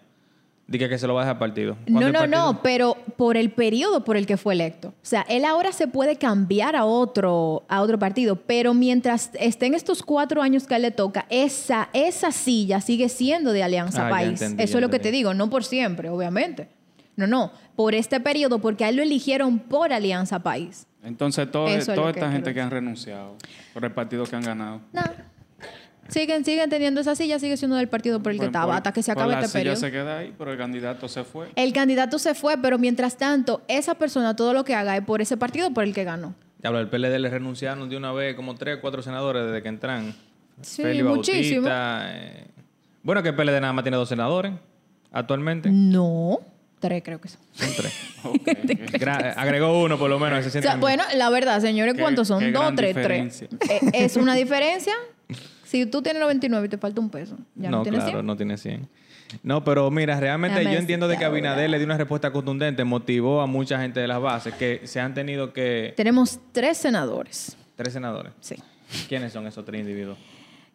[SPEAKER 1] diga que se lo va a dejar al partido. Cuando
[SPEAKER 2] No,
[SPEAKER 1] el
[SPEAKER 2] no,
[SPEAKER 1] partido-
[SPEAKER 2] no, pero por el periodo por el que fue electo. O sea, él ahora se puede cambiar a otro, a otro partido, pero mientras estén estos cuatro años que a él le toca, esa, esa silla sigue siendo de Alianza
[SPEAKER 1] Ah, ya
[SPEAKER 2] País.
[SPEAKER 1] entendí,
[SPEAKER 2] Eso
[SPEAKER 1] ya
[SPEAKER 2] es lo que te
[SPEAKER 1] entendí.
[SPEAKER 2] digo, no por siempre, obviamente. No, no, por este periodo, porque a él lo eligieron por Alianza País.
[SPEAKER 3] Entonces, todo,
[SPEAKER 2] Eso es
[SPEAKER 3] toda
[SPEAKER 2] lo que
[SPEAKER 3] esta gente
[SPEAKER 2] creo.
[SPEAKER 3] que han renunciado por el partido que han ganado.
[SPEAKER 2] No. Siguen, siguen teniendo esa silla, sigue siendo del partido por el que
[SPEAKER 3] Bueno,
[SPEAKER 2] estaba,
[SPEAKER 3] por-
[SPEAKER 2] hasta que se
[SPEAKER 3] por
[SPEAKER 2] acabe
[SPEAKER 3] la
[SPEAKER 2] este
[SPEAKER 3] silla
[SPEAKER 2] periodo.
[SPEAKER 3] se queda ahí, pero el candidato se fue.
[SPEAKER 2] El candidato se fue, pero mientras tanto, esa persona todo lo que haga es por ese partido por el que ganó.
[SPEAKER 1] Diablo, el PLD le renunciaron de una vez como tres, cuatro senadores desde que entran.
[SPEAKER 2] Sí,
[SPEAKER 1] Feli
[SPEAKER 2] muchísimo.
[SPEAKER 1] Bautista, eh. Bueno, que el PLD nada más tiene dos senadores actualmente.
[SPEAKER 2] No, tres creo que son.
[SPEAKER 1] Son tres.
[SPEAKER 2] Este,
[SPEAKER 1] Gra- agregó uno por lo menos. se
[SPEAKER 2] O
[SPEAKER 1] sienten
[SPEAKER 2] sea, pues, bueno, la verdad, señores,
[SPEAKER 3] Qué-
[SPEAKER 2] ¿cuántos son?
[SPEAKER 3] qué
[SPEAKER 2] Dos,
[SPEAKER 3] gran
[SPEAKER 2] tres, tres.
[SPEAKER 3] diferencia.
[SPEAKER 2] Eh, Es una diferencia. Si tú tienes 99 y te falta un peso, ya no,
[SPEAKER 1] no,
[SPEAKER 2] tienes
[SPEAKER 1] claro,
[SPEAKER 2] 100.
[SPEAKER 1] no tiene 100. No, pero mira, realmente
[SPEAKER 2] Déjame
[SPEAKER 1] yo entiendo de que
[SPEAKER 2] decirte
[SPEAKER 1] Abinader
[SPEAKER 2] ahora.
[SPEAKER 1] le dio una respuesta contundente, motivó a mucha gente de las bases que se han tenido que...
[SPEAKER 2] Tenemos tres senadores.
[SPEAKER 1] Tres senadores.
[SPEAKER 2] Sí.
[SPEAKER 1] ¿Quiénes son esos tres individuos?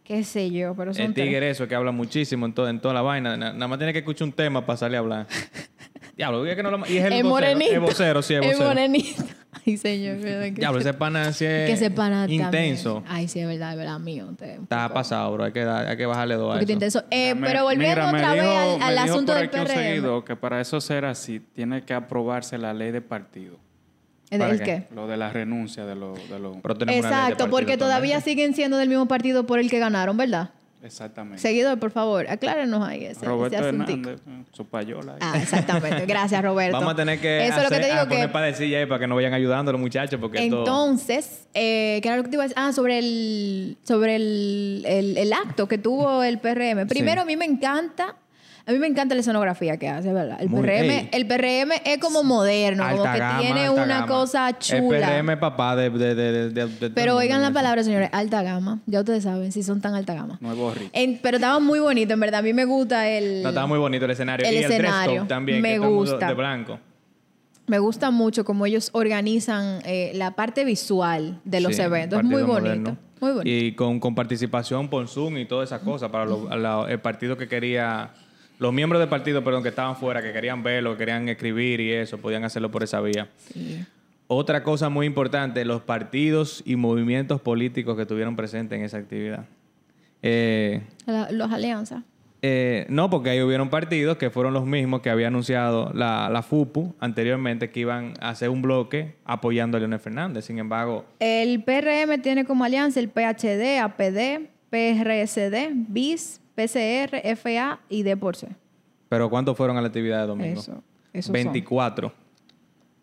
[SPEAKER 2] Qué sé yo, pero Pues son
[SPEAKER 1] El
[SPEAKER 2] tres.
[SPEAKER 1] tigre eso que habla muchísimo en, todo- en toda la vaina. Na- nada más tiene que escuchar un tema para salir a hablar. Diablo, oye que no lo... ma- Y es el,
[SPEAKER 2] El,
[SPEAKER 1] vocero.
[SPEAKER 2] morenito.
[SPEAKER 1] El vocero, sí, el
[SPEAKER 2] El
[SPEAKER 1] vocero.
[SPEAKER 2] morenito. Ay, señor. mira, que-
[SPEAKER 1] Diablo, ese pana sí es
[SPEAKER 2] Que se para también. Ah,
[SPEAKER 1] intenso.
[SPEAKER 2] Ay, sí, es verdad, es verdad, mío. te- un
[SPEAKER 1] Está
[SPEAKER 2] poco-
[SPEAKER 1] pasado, bro. Hay que, dar- hay que bajarle dos
[SPEAKER 2] un
[SPEAKER 1] a
[SPEAKER 2] poquito
[SPEAKER 1] eso.
[SPEAKER 2] intenso. Eh,
[SPEAKER 3] Mira,
[SPEAKER 2] pero
[SPEAKER 3] me-
[SPEAKER 2] volviendo
[SPEAKER 3] mira, me
[SPEAKER 2] otra
[SPEAKER 3] dijo-
[SPEAKER 2] vez al,
[SPEAKER 3] me
[SPEAKER 2] al
[SPEAKER 3] dijo
[SPEAKER 2] asunto
[SPEAKER 3] por
[SPEAKER 2] del
[SPEAKER 3] aquí un
[SPEAKER 2] PRM.
[SPEAKER 3] seguidor que para eso ser así, tiene que aprobarse la ley de partido.
[SPEAKER 2] ¿El,
[SPEAKER 1] ¿Para
[SPEAKER 2] el
[SPEAKER 1] qué?
[SPEAKER 2] qué?
[SPEAKER 3] Lo de la renuncia de los... De lo,
[SPEAKER 1] Pero tenemos una ley de
[SPEAKER 2] Exacto,
[SPEAKER 1] partido
[SPEAKER 2] porque todavía
[SPEAKER 1] actualmente.
[SPEAKER 2] siguen siendo del mismo partido por el que ganaron, ¿verdad?
[SPEAKER 3] exactamente.
[SPEAKER 2] Seguidor, por favor, aclárenos ahí ese,
[SPEAKER 3] Roberto
[SPEAKER 2] ese asuntico.
[SPEAKER 3] Hernández, eh, su payola. ahí.
[SPEAKER 2] Ah, exactamente. Gracias, Roberto.
[SPEAKER 1] Vamos a tener que
[SPEAKER 2] Eso es lo que
[SPEAKER 1] hacer-
[SPEAKER 2] te
[SPEAKER 1] a
[SPEAKER 2] digo
[SPEAKER 1] poner
[SPEAKER 2] que...
[SPEAKER 1] para decir ya, para que nos vayan ayudando los muchachos porque esto-
[SPEAKER 2] Entonces, eh, ¿qué era lo que te iba a decir? Ah, sobre el, sobre el, el- el acto que tuvo el PRM.
[SPEAKER 1] Sí.
[SPEAKER 2] Primero, a mí me encanta... A mí me encanta la escenografía que hace, ¿verdad? El
[SPEAKER 1] Muy-
[SPEAKER 2] PRM,
[SPEAKER 1] ey.
[SPEAKER 2] el PRM es como moderno, como
[SPEAKER 1] Alta
[SPEAKER 2] que
[SPEAKER 1] gama,
[SPEAKER 2] tiene
[SPEAKER 1] alta
[SPEAKER 2] una
[SPEAKER 1] gama.
[SPEAKER 2] cosa chula.
[SPEAKER 1] El PRM es papá de... de- de- de- de- de-
[SPEAKER 2] Pero
[SPEAKER 1] de-
[SPEAKER 2] oigan
[SPEAKER 1] de-
[SPEAKER 2] la palabra, señores, alta gama. Ya ustedes saben si son tan alta gama.
[SPEAKER 3] Nuevo ritmo.
[SPEAKER 2] En- pero estaba muy bonito, en verdad. A mí me gusta el.
[SPEAKER 1] No, estaba muy bonito el escenario.
[SPEAKER 2] El
[SPEAKER 1] y el dress
[SPEAKER 2] escenario.
[SPEAKER 1] code también.
[SPEAKER 2] Me
[SPEAKER 1] que todo el mundo
[SPEAKER 2] gusta.
[SPEAKER 1] De blanco.
[SPEAKER 2] Me gusta mucho cómo ellos organizan eh, la parte visual de los
[SPEAKER 1] Sí,
[SPEAKER 2] eventos. Es
[SPEAKER 1] partido
[SPEAKER 2] muy bonito.
[SPEAKER 1] moderno.
[SPEAKER 2] Muy bonito.
[SPEAKER 1] Y con, con participación por Zoom y todas esas cosas para los- a la- el partido que quería... Los miembros del partido, perdón, que estaban fuera, que querían verlo, que querían escribir y eso, podían hacerlo por esa vía.
[SPEAKER 2] Sí.
[SPEAKER 1] Otra cosa muy importante, los partidos y movimientos políticos que estuvieron presentes en esa actividad. Eh,
[SPEAKER 2] La- los alianzas.
[SPEAKER 1] eh, no, porque ahí hubieron partidos que fueron los mismos que había anunciado la, la FUPU anteriormente que iban a hacer un bloque apoyando a Leonel Fernández. Sin embargo,
[SPEAKER 2] El PRM tiene como alianza el PHD, APD, PRSD, BIS, PCR, FA y D por C.
[SPEAKER 1] ¿pero cuántos fueron a la actividad de domingo?
[SPEAKER 2] Eso. Eso son.
[SPEAKER 1] 24.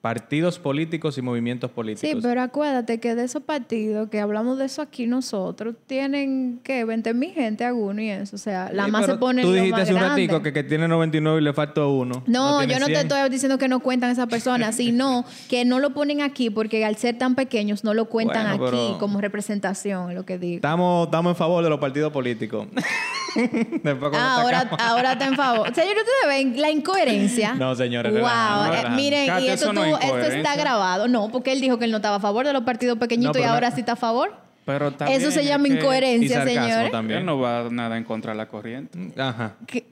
[SPEAKER 1] Partidos políticos y movimientos políticos.
[SPEAKER 2] Sí, pero acuérdate que de esos partidos que hablamos de eso aquí nosotros, tienen que 20 mil gente alguno y eso. O sea, la
[SPEAKER 1] Sí,
[SPEAKER 2] más se
[SPEAKER 1] pero
[SPEAKER 2] pone
[SPEAKER 1] Tú
[SPEAKER 2] lo
[SPEAKER 1] dijiste
[SPEAKER 2] más
[SPEAKER 1] hace un
[SPEAKER 2] grande.
[SPEAKER 1] ratico que, que tiene 99 y le faltó uno.
[SPEAKER 2] No,
[SPEAKER 1] tiene
[SPEAKER 2] yo no te
[SPEAKER 1] 100.
[SPEAKER 2] estoy diciendo que no cuentan esas personas, sino que no lo ponen aquí porque al ser tan pequeños no lo cuentan
[SPEAKER 1] Bueno,
[SPEAKER 2] aquí
[SPEAKER 1] pero-
[SPEAKER 2] como representación, es lo que digo.
[SPEAKER 1] Estamos, estamos en favor de los partidos políticos. Después cuando
[SPEAKER 2] Ah, ahora,
[SPEAKER 1] atacamos-
[SPEAKER 2] ahora está en favor. Señores, ustedes ven la incoherencia.
[SPEAKER 1] No, señores,
[SPEAKER 2] Wow.
[SPEAKER 1] relajando,
[SPEAKER 2] eh,
[SPEAKER 1] relajando.
[SPEAKER 2] miren,
[SPEAKER 3] Katy,
[SPEAKER 2] y esto,
[SPEAKER 3] eso no es
[SPEAKER 2] tú- esto está
[SPEAKER 3] incoherencia.
[SPEAKER 2] grabado. No, porque él dijo que él no estaba a favor de los partidos pequeñitos
[SPEAKER 1] No,
[SPEAKER 2] y
[SPEAKER 1] pero
[SPEAKER 2] ahora
[SPEAKER 1] no-
[SPEAKER 2] sí está a favor.
[SPEAKER 3] Pero también
[SPEAKER 2] Eso se
[SPEAKER 3] es
[SPEAKER 2] llama
[SPEAKER 3] que
[SPEAKER 1] y
[SPEAKER 2] incoherencia,
[SPEAKER 1] sarcasmo
[SPEAKER 2] señores.
[SPEAKER 1] también.
[SPEAKER 2] ah,
[SPEAKER 3] Él no va nada en contra de la corriente.
[SPEAKER 1] Ajá.
[SPEAKER 2] Que-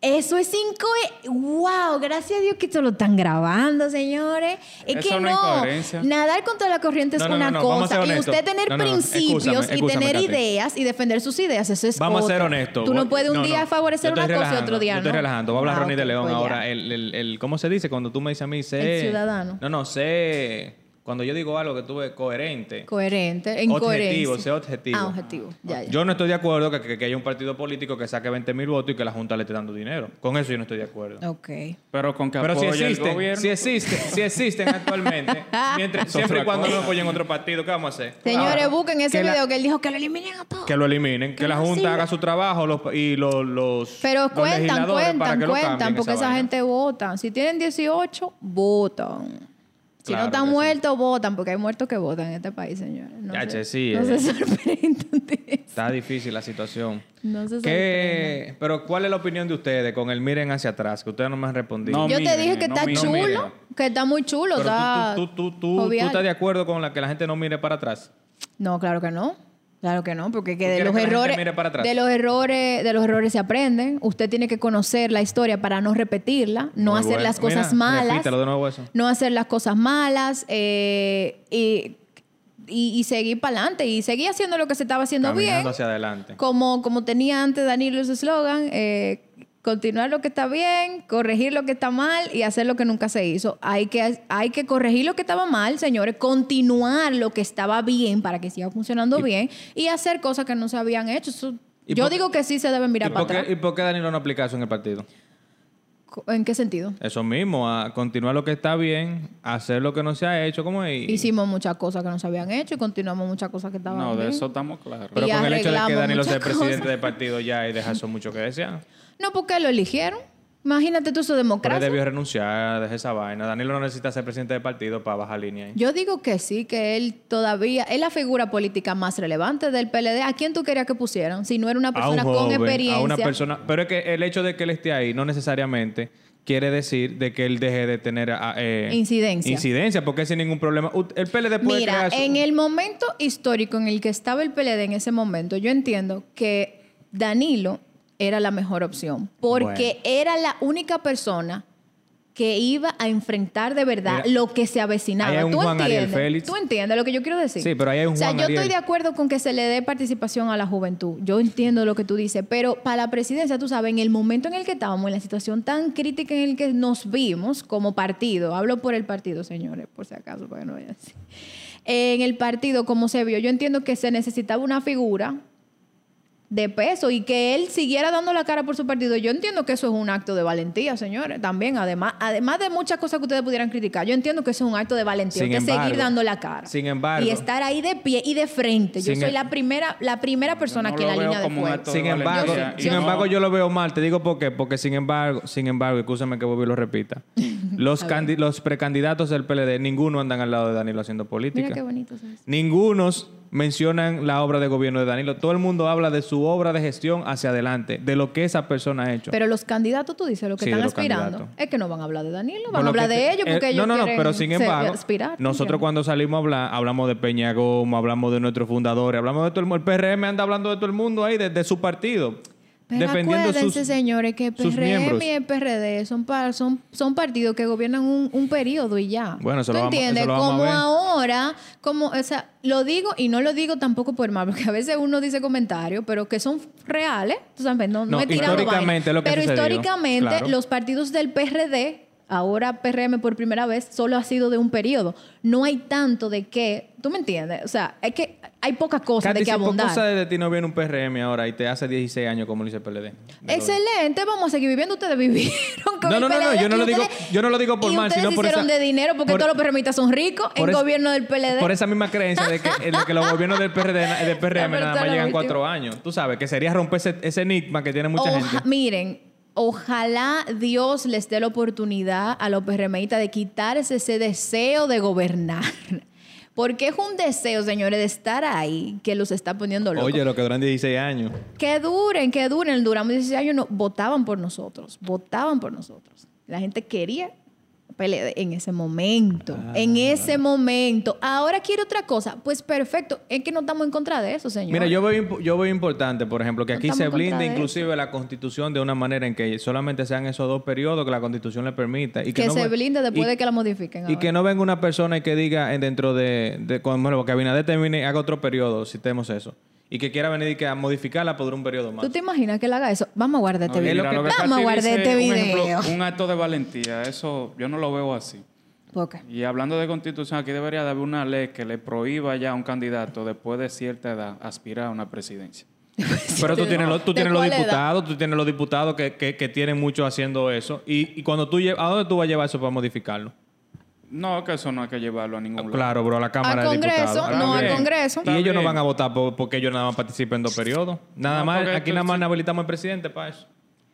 [SPEAKER 2] Eso es cinco. e- ¡Wow! Gracias a Dios que esto lo están grabando, señores. Es
[SPEAKER 3] Esa
[SPEAKER 2] que
[SPEAKER 3] es una
[SPEAKER 2] no.
[SPEAKER 3] incoherencia.
[SPEAKER 2] Nadar contra la corriente es
[SPEAKER 1] No, no, no,
[SPEAKER 2] una
[SPEAKER 1] no, vamos a ser
[SPEAKER 2] cosa. Y
[SPEAKER 1] honestos.
[SPEAKER 2] usted tener
[SPEAKER 1] No, no, no,
[SPEAKER 2] principios
[SPEAKER 1] excúsame,
[SPEAKER 2] y
[SPEAKER 1] excúsame,
[SPEAKER 2] tener
[SPEAKER 1] Katy.
[SPEAKER 2] ideas y defender sus ideas, eso es
[SPEAKER 1] Vamos a ser
[SPEAKER 2] otra.
[SPEAKER 1] honestos.
[SPEAKER 2] Tú no
[SPEAKER 1] Voy-
[SPEAKER 2] puedes un día favorecer
[SPEAKER 1] Yo
[SPEAKER 2] una
[SPEAKER 1] estoy
[SPEAKER 2] cosa y
[SPEAKER 1] relajando,
[SPEAKER 2] otro día
[SPEAKER 1] yo
[SPEAKER 2] no.
[SPEAKER 1] estoy relajando. Va a hablar
[SPEAKER 2] Ah,
[SPEAKER 1] Ronnie de
[SPEAKER 2] ok,
[SPEAKER 1] León
[SPEAKER 2] pues ya.
[SPEAKER 1] ahora. eh. El, el- el- ¿Cómo se dice? Cuando tú me dices a mí, sé...
[SPEAKER 2] El ciudadano.
[SPEAKER 1] No, no, sé... Cuando yo digo algo que tú ves coherente...
[SPEAKER 2] Coherente,
[SPEAKER 1] Objetivo,
[SPEAKER 2] incoherente.
[SPEAKER 1] sea objetivo.
[SPEAKER 2] Ah, objetivo. Ya, ya.
[SPEAKER 1] Yo no estoy de acuerdo que, que- que haya un partido político que saque 20 mil votos y que la Junta le esté dando dinero. Con eso yo no estoy de acuerdo.
[SPEAKER 2] Ok.
[SPEAKER 3] Pero con que
[SPEAKER 1] Pero si
[SPEAKER 3] apoye el
[SPEAKER 1] existen,
[SPEAKER 3] gobierno.
[SPEAKER 1] si existen, si existen actualmente, mientras,
[SPEAKER 3] Es
[SPEAKER 1] siempre y
[SPEAKER 3] otra
[SPEAKER 1] cuando no
[SPEAKER 3] cosa.
[SPEAKER 1] apoyen otro partido, ¿qué vamos a hacer?
[SPEAKER 2] Señores,
[SPEAKER 1] Ahora,
[SPEAKER 2] busquen ese
[SPEAKER 1] que la-
[SPEAKER 2] video que él dijo que lo eliminen a todos.
[SPEAKER 1] que lo eliminen, que,
[SPEAKER 2] Que
[SPEAKER 1] la
[SPEAKER 2] no
[SPEAKER 1] Junta
[SPEAKER 2] sirve.
[SPEAKER 1] haga su trabajo los, y los, los
[SPEAKER 2] Pero
[SPEAKER 1] los
[SPEAKER 2] cuentan,
[SPEAKER 1] legisladores para que
[SPEAKER 2] cuentan,
[SPEAKER 1] lo cambien
[SPEAKER 2] cuentan, porque esa,
[SPEAKER 1] vaina.
[SPEAKER 2] gente vota. Si tienen 18, votan. Si
[SPEAKER 1] Claro
[SPEAKER 2] no están
[SPEAKER 1] que sí.
[SPEAKER 2] muertos, votan, porque hay muertos que votan en este país, señores. No,
[SPEAKER 1] Ya, che,
[SPEAKER 2] se,
[SPEAKER 1] sí,
[SPEAKER 2] no
[SPEAKER 1] eh.
[SPEAKER 2] se sorprendan de eso.
[SPEAKER 1] Está difícil la situación.
[SPEAKER 2] No se
[SPEAKER 1] ¿Qué- Pero ¿cuál es la opinión de ustedes con el miren hacia atrás? Que ustedes no me han respondido.
[SPEAKER 3] No,
[SPEAKER 2] sorprendan. Yo
[SPEAKER 3] miren,
[SPEAKER 2] te dije
[SPEAKER 3] eh,
[SPEAKER 2] que
[SPEAKER 3] no
[SPEAKER 2] está
[SPEAKER 3] miren.
[SPEAKER 2] chulo,
[SPEAKER 1] No miren.
[SPEAKER 2] que está muy chulo.
[SPEAKER 1] Pero
[SPEAKER 2] está
[SPEAKER 1] tú, tú, tú, tú- tú- tú
[SPEAKER 2] jovial.
[SPEAKER 1] estás de acuerdo con la que la gente no mire para atrás.
[SPEAKER 2] No, claro que no. Claro que no, porque que de
[SPEAKER 1] quieres
[SPEAKER 2] los
[SPEAKER 1] que la gente
[SPEAKER 2] errores
[SPEAKER 1] mire para atrás?
[SPEAKER 2] de los errores de los errores se aprenden. Usted tiene que conocer la historia para no repetirla, no
[SPEAKER 1] Muy
[SPEAKER 2] hacer
[SPEAKER 1] bueno.
[SPEAKER 2] las cosas
[SPEAKER 1] Mira,
[SPEAKER 2] malas.
[SPEAKER 1] repítelo de nuevo eso.
[SPEAKER 2] no hacer las cosas malas eh, y, y- y seguir para adelante y seguir haciendo lo que se estaba haciendo
[SPEAKER 1] Caminando
[SPEAKER 2] bien,
[SPEAKER 1] hacia adelante.
[SPEAKER 2] como, como tenía antes Danilo su eslogan, eh, continuar lo que está bien, corregir lo que está mal y hacer lo que nunca se hizo. Hay que, hay que corregir lo que estaba mal, señores, continuar lo que estaba bien para que siga funcionando bien y hacer cosas que no se habían hecho. Eso-
[SPEAKER 1] ¿Y
[SPEAKER 2] yo
[SPEAKER 1] por-
[SPEAKER 2] digo que sí se deben
[SPEAKER 1] ¿Y
[SPEAKER 2] mirar para
[SPEAKER 1] por, qué,
[SPEAKER 2] atrás.
[SPEAKER 1] ¿Y por qué Danilo no aplica eso en el partido?
[SPEAKER 2] ¿En qué sentido?
[SPEAKER 1] Eso mismo, a continuar lo que está bien, hacer lo que no se ha hecho, como y,
[SPEAKER 2] Hicimos muchas cosas que no se habían hecho y continuamos muchas cosas que estaban
[SPEAKER 3] No,
[SPEAKER 2] bien.
[SPEAKER 3] de eso estamos claros.
[SPEAKER 1] Pero
[SPEAKER 2] Y
[SPEAKER 1] con el hecho de que
[SPEAKER 2] arreglamos
[SPEAKER 1] Danilo sea
[SPEAKER 2] muchas
[SPEAKER 1] presidente
[SPEAKER 2] cosas.
[SPEAKER 1] del partido ya y deja eso mucho que desear.
[SPEAKER 2] No, porque lo eligieron. Imagínate tú su
[SPEAKER 1] Pero él
[SPEAKER 2] democracia.
[SPEAKER 1] debió renunciar, deja esa vaina. Danilo no necesita ser presidente del partido para bajar línea ahí.
[SPEAKER 2] Yo digo que sí, que él todavía es la figura política más relevante del PLD. ¿A quién tú querías que pusieran? Si no era una persona con experiencia.
[SPEAKER 1] a una persona. Pero es que el hecho de que él esté ahí no necesariamente quiere decir de que él deje de tener ah, eh,
[SPEAKER 2] Incidencia.
[SPEAKER 1] Incidencia, porque sin ningún problema. U- El PLD puede
[SPEAKER 2] Mira,
[SPEAKER 1] crear su-
[SPEAKER 2] en el momento histórico en el que estaba el PLD en ese momento, yo entiendo que Danilo era la mejor opción, porque era la única persona que iba a enfrentar de verdad
[SPEAKER 1] Mira,
[SPEAKER 2] lo que se avecinaba.
[SPEAKER 1] ahí hay un
[SPEAKER 2] ¿Tú,
[SPEAKER 1] Juan Ariel
[SPEAKER 2] entiendes?
[SPEAKER 1] Félix.
[SPEAKER 2] ¿Tú entiendes lo que yo quiero decir?
[SPEAKER 1] Sí, pero ahí hay un
[SPEAKER 2] O sea,
[SPEAKER 1] Juan
[SPEAKER 2] yo
[SPEAKER 1] Ariel.
[SPEAKER 2] estoy de acuerdo con que se le dé participación a la juventud. Yo entiendo lo que tú dices, pero para la presidencia, tú sabes, en el momento en el que estábamos, en la situación tan crítica en el que nos vimos como partido, hablo por el partido, señores, por si acaso, para que no vaya así en el partido como se vio, yo entiendo que se necesitaba una figura de peso y que él siguiera dando la cara por su partido. Yo entiendo que eso es un acto de valentía, señores, también, además, además de muchas cosas que ustedes pudieran criticar, yo entiendo que eso es un acto de valentía,
[SPEAKER 1] Sin
[SPEAKER 2] que seguir
[SPEAKER 1] embargo,
[SPEAKER 2] dando la cara.
[SPEAKER 1] sin embargo,
[SPEAKER 2] y estar ahí de pie y de frente. Yo
[SPEAKER 1] sin
[SPEAKER 2] soy
[SPEAKER 1] em-
[SPEAKER 2] la primera la primera persona
[SPEAKER 3] no
[SPEAKER 2] que en
[SPEAKER 3] lo
[SPEAKER 2] la
[SPEAKER 3] veo
[SPEAKER 2] línea de
[SPEAKER 3] como un
[SPEAKER 2] fuego.
[SPEAKER 3] acto
[SPEAKER 1] Sin
[SPEAKER 3] Todo
[SPEAKER 1] embargo,
[SPEAKER 2] vale. Yo-
[SPEAKER 1] sin
[SPEAKER 2] yo-
[SPEAKER 1] embargo, yo lo veo mal. Te digo por qué. Porque sin embargo, sin embargo, escúchame que vuelvo y lo repita. Los, candi- los precandidatos del PLD, ninguno andan al lado de Danilo haciendo política.
[SPEAKER 2] Mira qué bonito ¿sabes?
[SPEAKER 1] Ningunos mencionan la obra de gobierno de Danilo. Todo el mundo habla de su obra de gestión hacia adelante, de lo que esa persona ha hecho.
[SPEAKER 2] Pero los candidatos, tú dices, lo que
[SPEAKER 1] Sí,
[SPEAKER 2] están
[SPEAKER 1] de los
[SPEAKER 2] aspirando,
[SPEAKER 1] candidatos.
[SPEAKER 2] es que no van a hablar de Danilo,
[SPEAKER 1] Por
[SPEAKER 2] van a
[SPEAKER 1] lo
[SPEAKER 2] hablar
[SPEAKER 1] que-
[SPEAKER 2] de ellos
[SPEAKER 1] eh,
[SPEAKER 2] porque ellos
[SPEAKER 1] No, no, no,
[SPEAKER 2] quieren
[SPEAKER 1] pero sin
[SPEAKER 2] se-
[SPEAKER 1] embargo,
[SPEAKER 2] aspirar. ¿tú
[SPEAKER 1] nosotros
[SPEAKER 2] entiendes?
[SPEAKER 1] cuando salimos a hablar, hablamos de Peña Gómez, hablamos de nuestros fundadores, hablamos de todo el mundo. El PRM anda hablando de todo el mundo ahí, desde su partido.
[SPEAKER 2] Pero
[SPEAKER 1] defendiendo sus,
[SPEAKER 2] acuérdense, señores, que
[SPEAKER 1] sus miembros.
[SPEAKER 2] PRM y el PRD son, pa- son, son partidos que gobiernan un, un periodo y ya.
[SPEAKER 1] Bueno, eso
[SPEAKER 2] ¿Tú
[SPEAKER 1] lo vamos-
[SPEAKER 2] entiendes?
[SPEAKER 1] eso lo vamos a
[SPEAKER 2] como
[SPEAKER 1] ver.
[SPEAKER 2] ahora, como, o sea, lo digo y no lo digo tampoco por mal, porque a veces uno dice comentarios, pero que son reales, tú sabes, no, no,
[SPEAKER 1] No,
[SPEAKER 2] he tirado
[SPEAKER 1] históricamente
[SPEAKER 2] vaina.
[SPEAKER 1] lo que ha
[SPEAKER 2] Pero
[SPEAKER 1] sucedido,
[SPEAKER 2] históricamente
[SPEAKER 1] claro.
[SPEAKER 2] los partidos del PRD, ahora PRM por primera vez, solo ha sido de un periodo. No hay tanto de que, ¿tú me entiendes? O sea, es que hay pocas cosas
[SPEAKER 1] Katy,
[SPEAKER 2] de que
[SPEAKER 1] si por
[SPEAKER 2] abundar.
[SPEAKER 1] cosa de ti no viene un PRM ahora y te hace 16 años como lo hizo el PLD.
[SPEAKER 2] Excelente, vamos a seguir viviendo. Ustedes vivieron con
[SPEAKER 1] No,
[SPEAKER 2] el
[SPEAKER 1] no, no, no,
[SPEAKER 2] PLD
[SPEAKER 1] yo no
[SPEAKER 2] y
[SPEAKER 1] lo digo-
[SPEAKER 2] ustedes-
[SPEAKER 1] yo no lo digo por
[SPEAKER 2] y
[SPEAKER 1] mal,
[SPEAKER 2] ustedes
[SPEAKER 1] sino por
[SPEAKER 2] hicieron
[SPEAKER 1] esa-
[SPEAKER 2] de dinero porque
[SPEAKER 1] por-
[SPEAKER 2] todos los permitistas son ricos en
[SPEAKER 1] Por es-
[SPEAKER 2] gobierno del PLD.
[SPEAKER 1] Por esa misma creencia de que, de que los gobiernos del PRD, na- del PRM
[SPEAKER 2] pero
[SPEAKER 1] nada
[SPEAKER 2] está
[SPEAKER 1] más
[SPEAKER 2] lo
[SPEAKER 1] llegan
[SPEAKER 2] último.
[SPEAKER 1] cuatro años. Tú sabes, que sería romper ese, ese enigma que tiene mucha
[SPEAKER 2] Oja-
[SPEAKER 1] gente.
[SPEAKER 2] Miren, ojalá Dios les dé la oportunidad a los PRMistas de quitarse ese deseo de gobernar. Porque es un deseo, señores, de estar ahí que los está poniendo locos.
[SPEAKER 1] Oye, lo que duran 16 años.
[SPEAKER 2] Que duren, que duren. Duramos 16 años, no, votaban por nosotros, votaban por nosotros. La gente quería pelea en ese momento,
[SPEAKER 1] Ah,
[SPEAKER 2] en ese momento. Ahora quiere otra cosa, pues perfecto, es que no estamos en contra de eso, señor.
[SPEAKER 1] Mira, yo veo, imp- yo veo importante, por ejemplo, que
[SPEAKER 2] No
[SPEAKER 1] aquí
[SPEAKER 2] estamos
[SPEAKER 1] se
[SPEAKER 2] en contra
[SPEAKER 1] blinde
[SPEAKER 2] de
[SPEAKER 1] inclusive la constitución de una manera en que solamente sean esos dos periodos que la constitución le permita. Y
[SPEAKER 2] que
[SPEAKER 1] que, no
[SPEAKER 2] se
[SPEAKER 1] ve-
[SPEAKER 2] blinde después
[SPEAKER 1] y-
[SPEAKER 2] de que la modifiquen.
[SPEAKER 1] Y
[SPEAKER 2] ahora.
[SPEAKER 1] que no venga una persona y que diga eh, dentro de, de cuando bueno, que Abinader termine, haga otro periodo, si tenemos eso. Y que quiera venir y que a modificarla por un periodo más.
[SPEAKER 2] ¿Tú te imaginas que él haga eso? Vamos a guardar este
[SPEAKER 3] No, y
[SPEAKER 2] video.
[SPEAKER 3] mira, lo que
[SPEAKER 2] Vamos a
[SPEAKER 3] Katy
[SPEAKER 2] guardar
[SPEAKER 3] dice,
[SPEAKER 2] este
[SPEAKER 3] un ejemplo,
[SPEAKER 2] video.
[SPEAKER 3] un acto de valentía, eso yo no lo veo así.
[SPEAKER 2] ¿Por qué?
[SPEAKER 3] Y hablando de constitución, aquí debería de haber una ley que le prohíba ya a un candidato después de cierta edad aspirar a una presidencia.
[SPEAKER 1] Pero tú tienes, los, tú
[SPEAKER 2] ¿De
[SPEAKER 1] tienes los
[SPEAKER 2] cuál edad?
[SPEAKER 1] diputados, tú tienes los diputados que, que- que tienen mucho haciendo eso. Y, y cuando tú llevas, ¿a dónde tú vas a llevar eso para modificarlo?
[SPEAKER 3] No, que eso no hay que llevarlo a ningún lado.
[SPEAKER 1] Claro, bro, a la Cámara de
[SPEAKER 2] Congreso,
[SPEAKER 1] Diputados.
[SPEAKER 3] no,
[SPEAKER 1] Está
[SPEAKER 3] al
[SPEAKER 1] bien.
[SPEAKER 2] Congreso.
[SPEAKER 1] Y
[SPEAKER 3] Está
[SPEAKER 1] ellos no
[SPEAKER 3] bien.
[SPEAKER 1] van a votar por- porque ellos nada más participen en dos periodos. Nada
[SPEAKER 3] No,
[SPEAKER 1] más,
[SPEAKER 3] porque
[SPEAKER 1] aquí
[SPEAKER 3] tú-
[SPEAKER 1] nada más habilitamos al presidente para eso.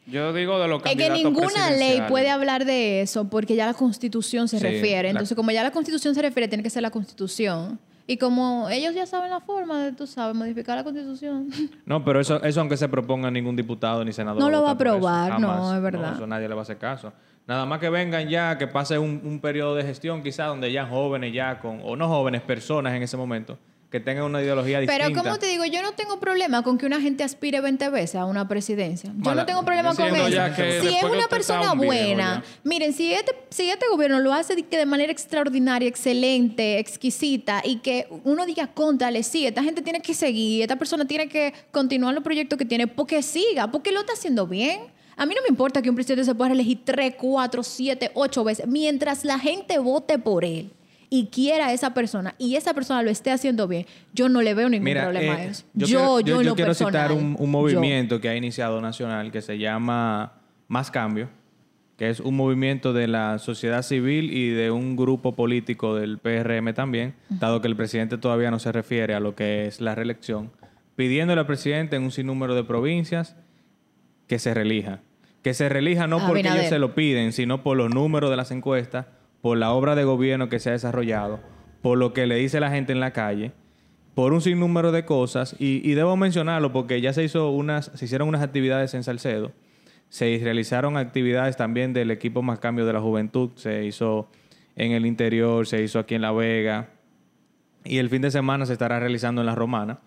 [SPEAKER 3] Yo digo de los
[SPEAKER 2] Es que
[SPEAKER 3] candidatos
[SPEAKER 2] ninguna ley
[SPEAKER 3] presidenciales.
[SPEAKER 2] puede hablar de eso porque ya la constitución se
[SPEAKER 1] Sí,
[SPEAKER 2] refiere.
[SPEAKER 1] la-
[SPEAKER 2] Entonces, como ya la constitución se refiere, tiene que ser la constitución. Y como ellos ya saben la forma de, tú sabes, modificar la constitución.
[SPEAKER 1] No, pero eso, eso aunque se proponga ningún diputado ni senador.
[SPEAKER 2] No lo va a
[SPEAKER 1] votar por eso.
[SPEAKER 2] aprobar, no,
[SPEAKER 1] Jamás.
[SPEAKER 2] es verdad.
[SPEAKER 1] eso nadie le va a hacer caso. Nada más que vengan ya, que pase un, un periodo de gestión quizá donde ya jóvenes ya con, o no jóvenes, personas en ese momento, que tengan una ideología distinta.
[SPEAKER 2] Pero como te digo, yo no tengo problema con que una gente aspire 20 veces a una presidencia. Yo
[SPEAKER 1] Mala-
[SPEAKER 2] no tengo problema
[SPEAKER 1] yo
[SPEAKER 2] con
[SPEAKER 1] siento
[SPEAKER 2] eso.
[SPEAKER 1] ya que
[SPEAKER 2] Si
[SPEAKER 3] después
[SPEAKER 2] es
[SPEAKER 3] que
[SPEAKER 2] una
[SPEAKER 3] usted está
[SPEAKER 2] persona
[SPEAKER 3] un viejo
[SPEAKER 2] buena,
[SPEAKER 3] ya.
[SPEAKER 2] miren, si este, si este gobierno lo hace de, que de manera extraordinaria, excelente, exquisita, y que uno diga, contale, sí, esta gente tiene que seguir, esta persona tiene que continuar los proyectos que tiene, porque siga, porque lo está haciendo bien. A mí no me importa que un presidente se pueda elegir 3, 4, 7, 8 veces, mientras la gente vote por él y quiera a esa persona y esa persona lo esté haciendo bien, yo no le veo ningún
[SPEAKER 1] Mira,
[SPEAKER 2] problema a
[SPEAKER 1] eh,
[SPEAKER 2] eso.
[SPEAKER 1] yo,
[SPEAKER 2] Yo,
[SPEAKER 1] quiero,
[SPEAKER 2] yo,
[SPEAKER 1] yo-
[SPEAKER 2] en
[SPEAKER 1] yo
[SPEAKER 2] lo
[SPEAKER 1] quiero citar
[SPEAKER 2] personal,
[SPEAKER 1] un, un
[SPEAKER 2] yo.
[SPEAKER 1] movimiento que ha iniciado Nacional que se llama Más Cambio, que es un movimiento de la sociedad civil y de un grupo político del PRM también, dado que el presidente todavía no se refiere a lo que es la reelección, pidiéndole al presidente en un sinnúmero de provincias que se relija. Que se relija no porque ellos
[SPEAKER 2] Abinader.
[SPEAKER 1] se lo piden, sino por los números de las encuestas, por la obra de gobierno que se ha desarrollado, por lo que le dice la gente en la calle, por un sinnúmero de cosas. Y, y debo mencionarlo porque ya se, hizo unas, se hicieron unas actividades en Salcedo, se realizaron actividades también del equipo Más Cambio de la Juventud, se hizo en el interior, se hizo aquí en La Vega, y el fin de semana se estará realizando en La Romana.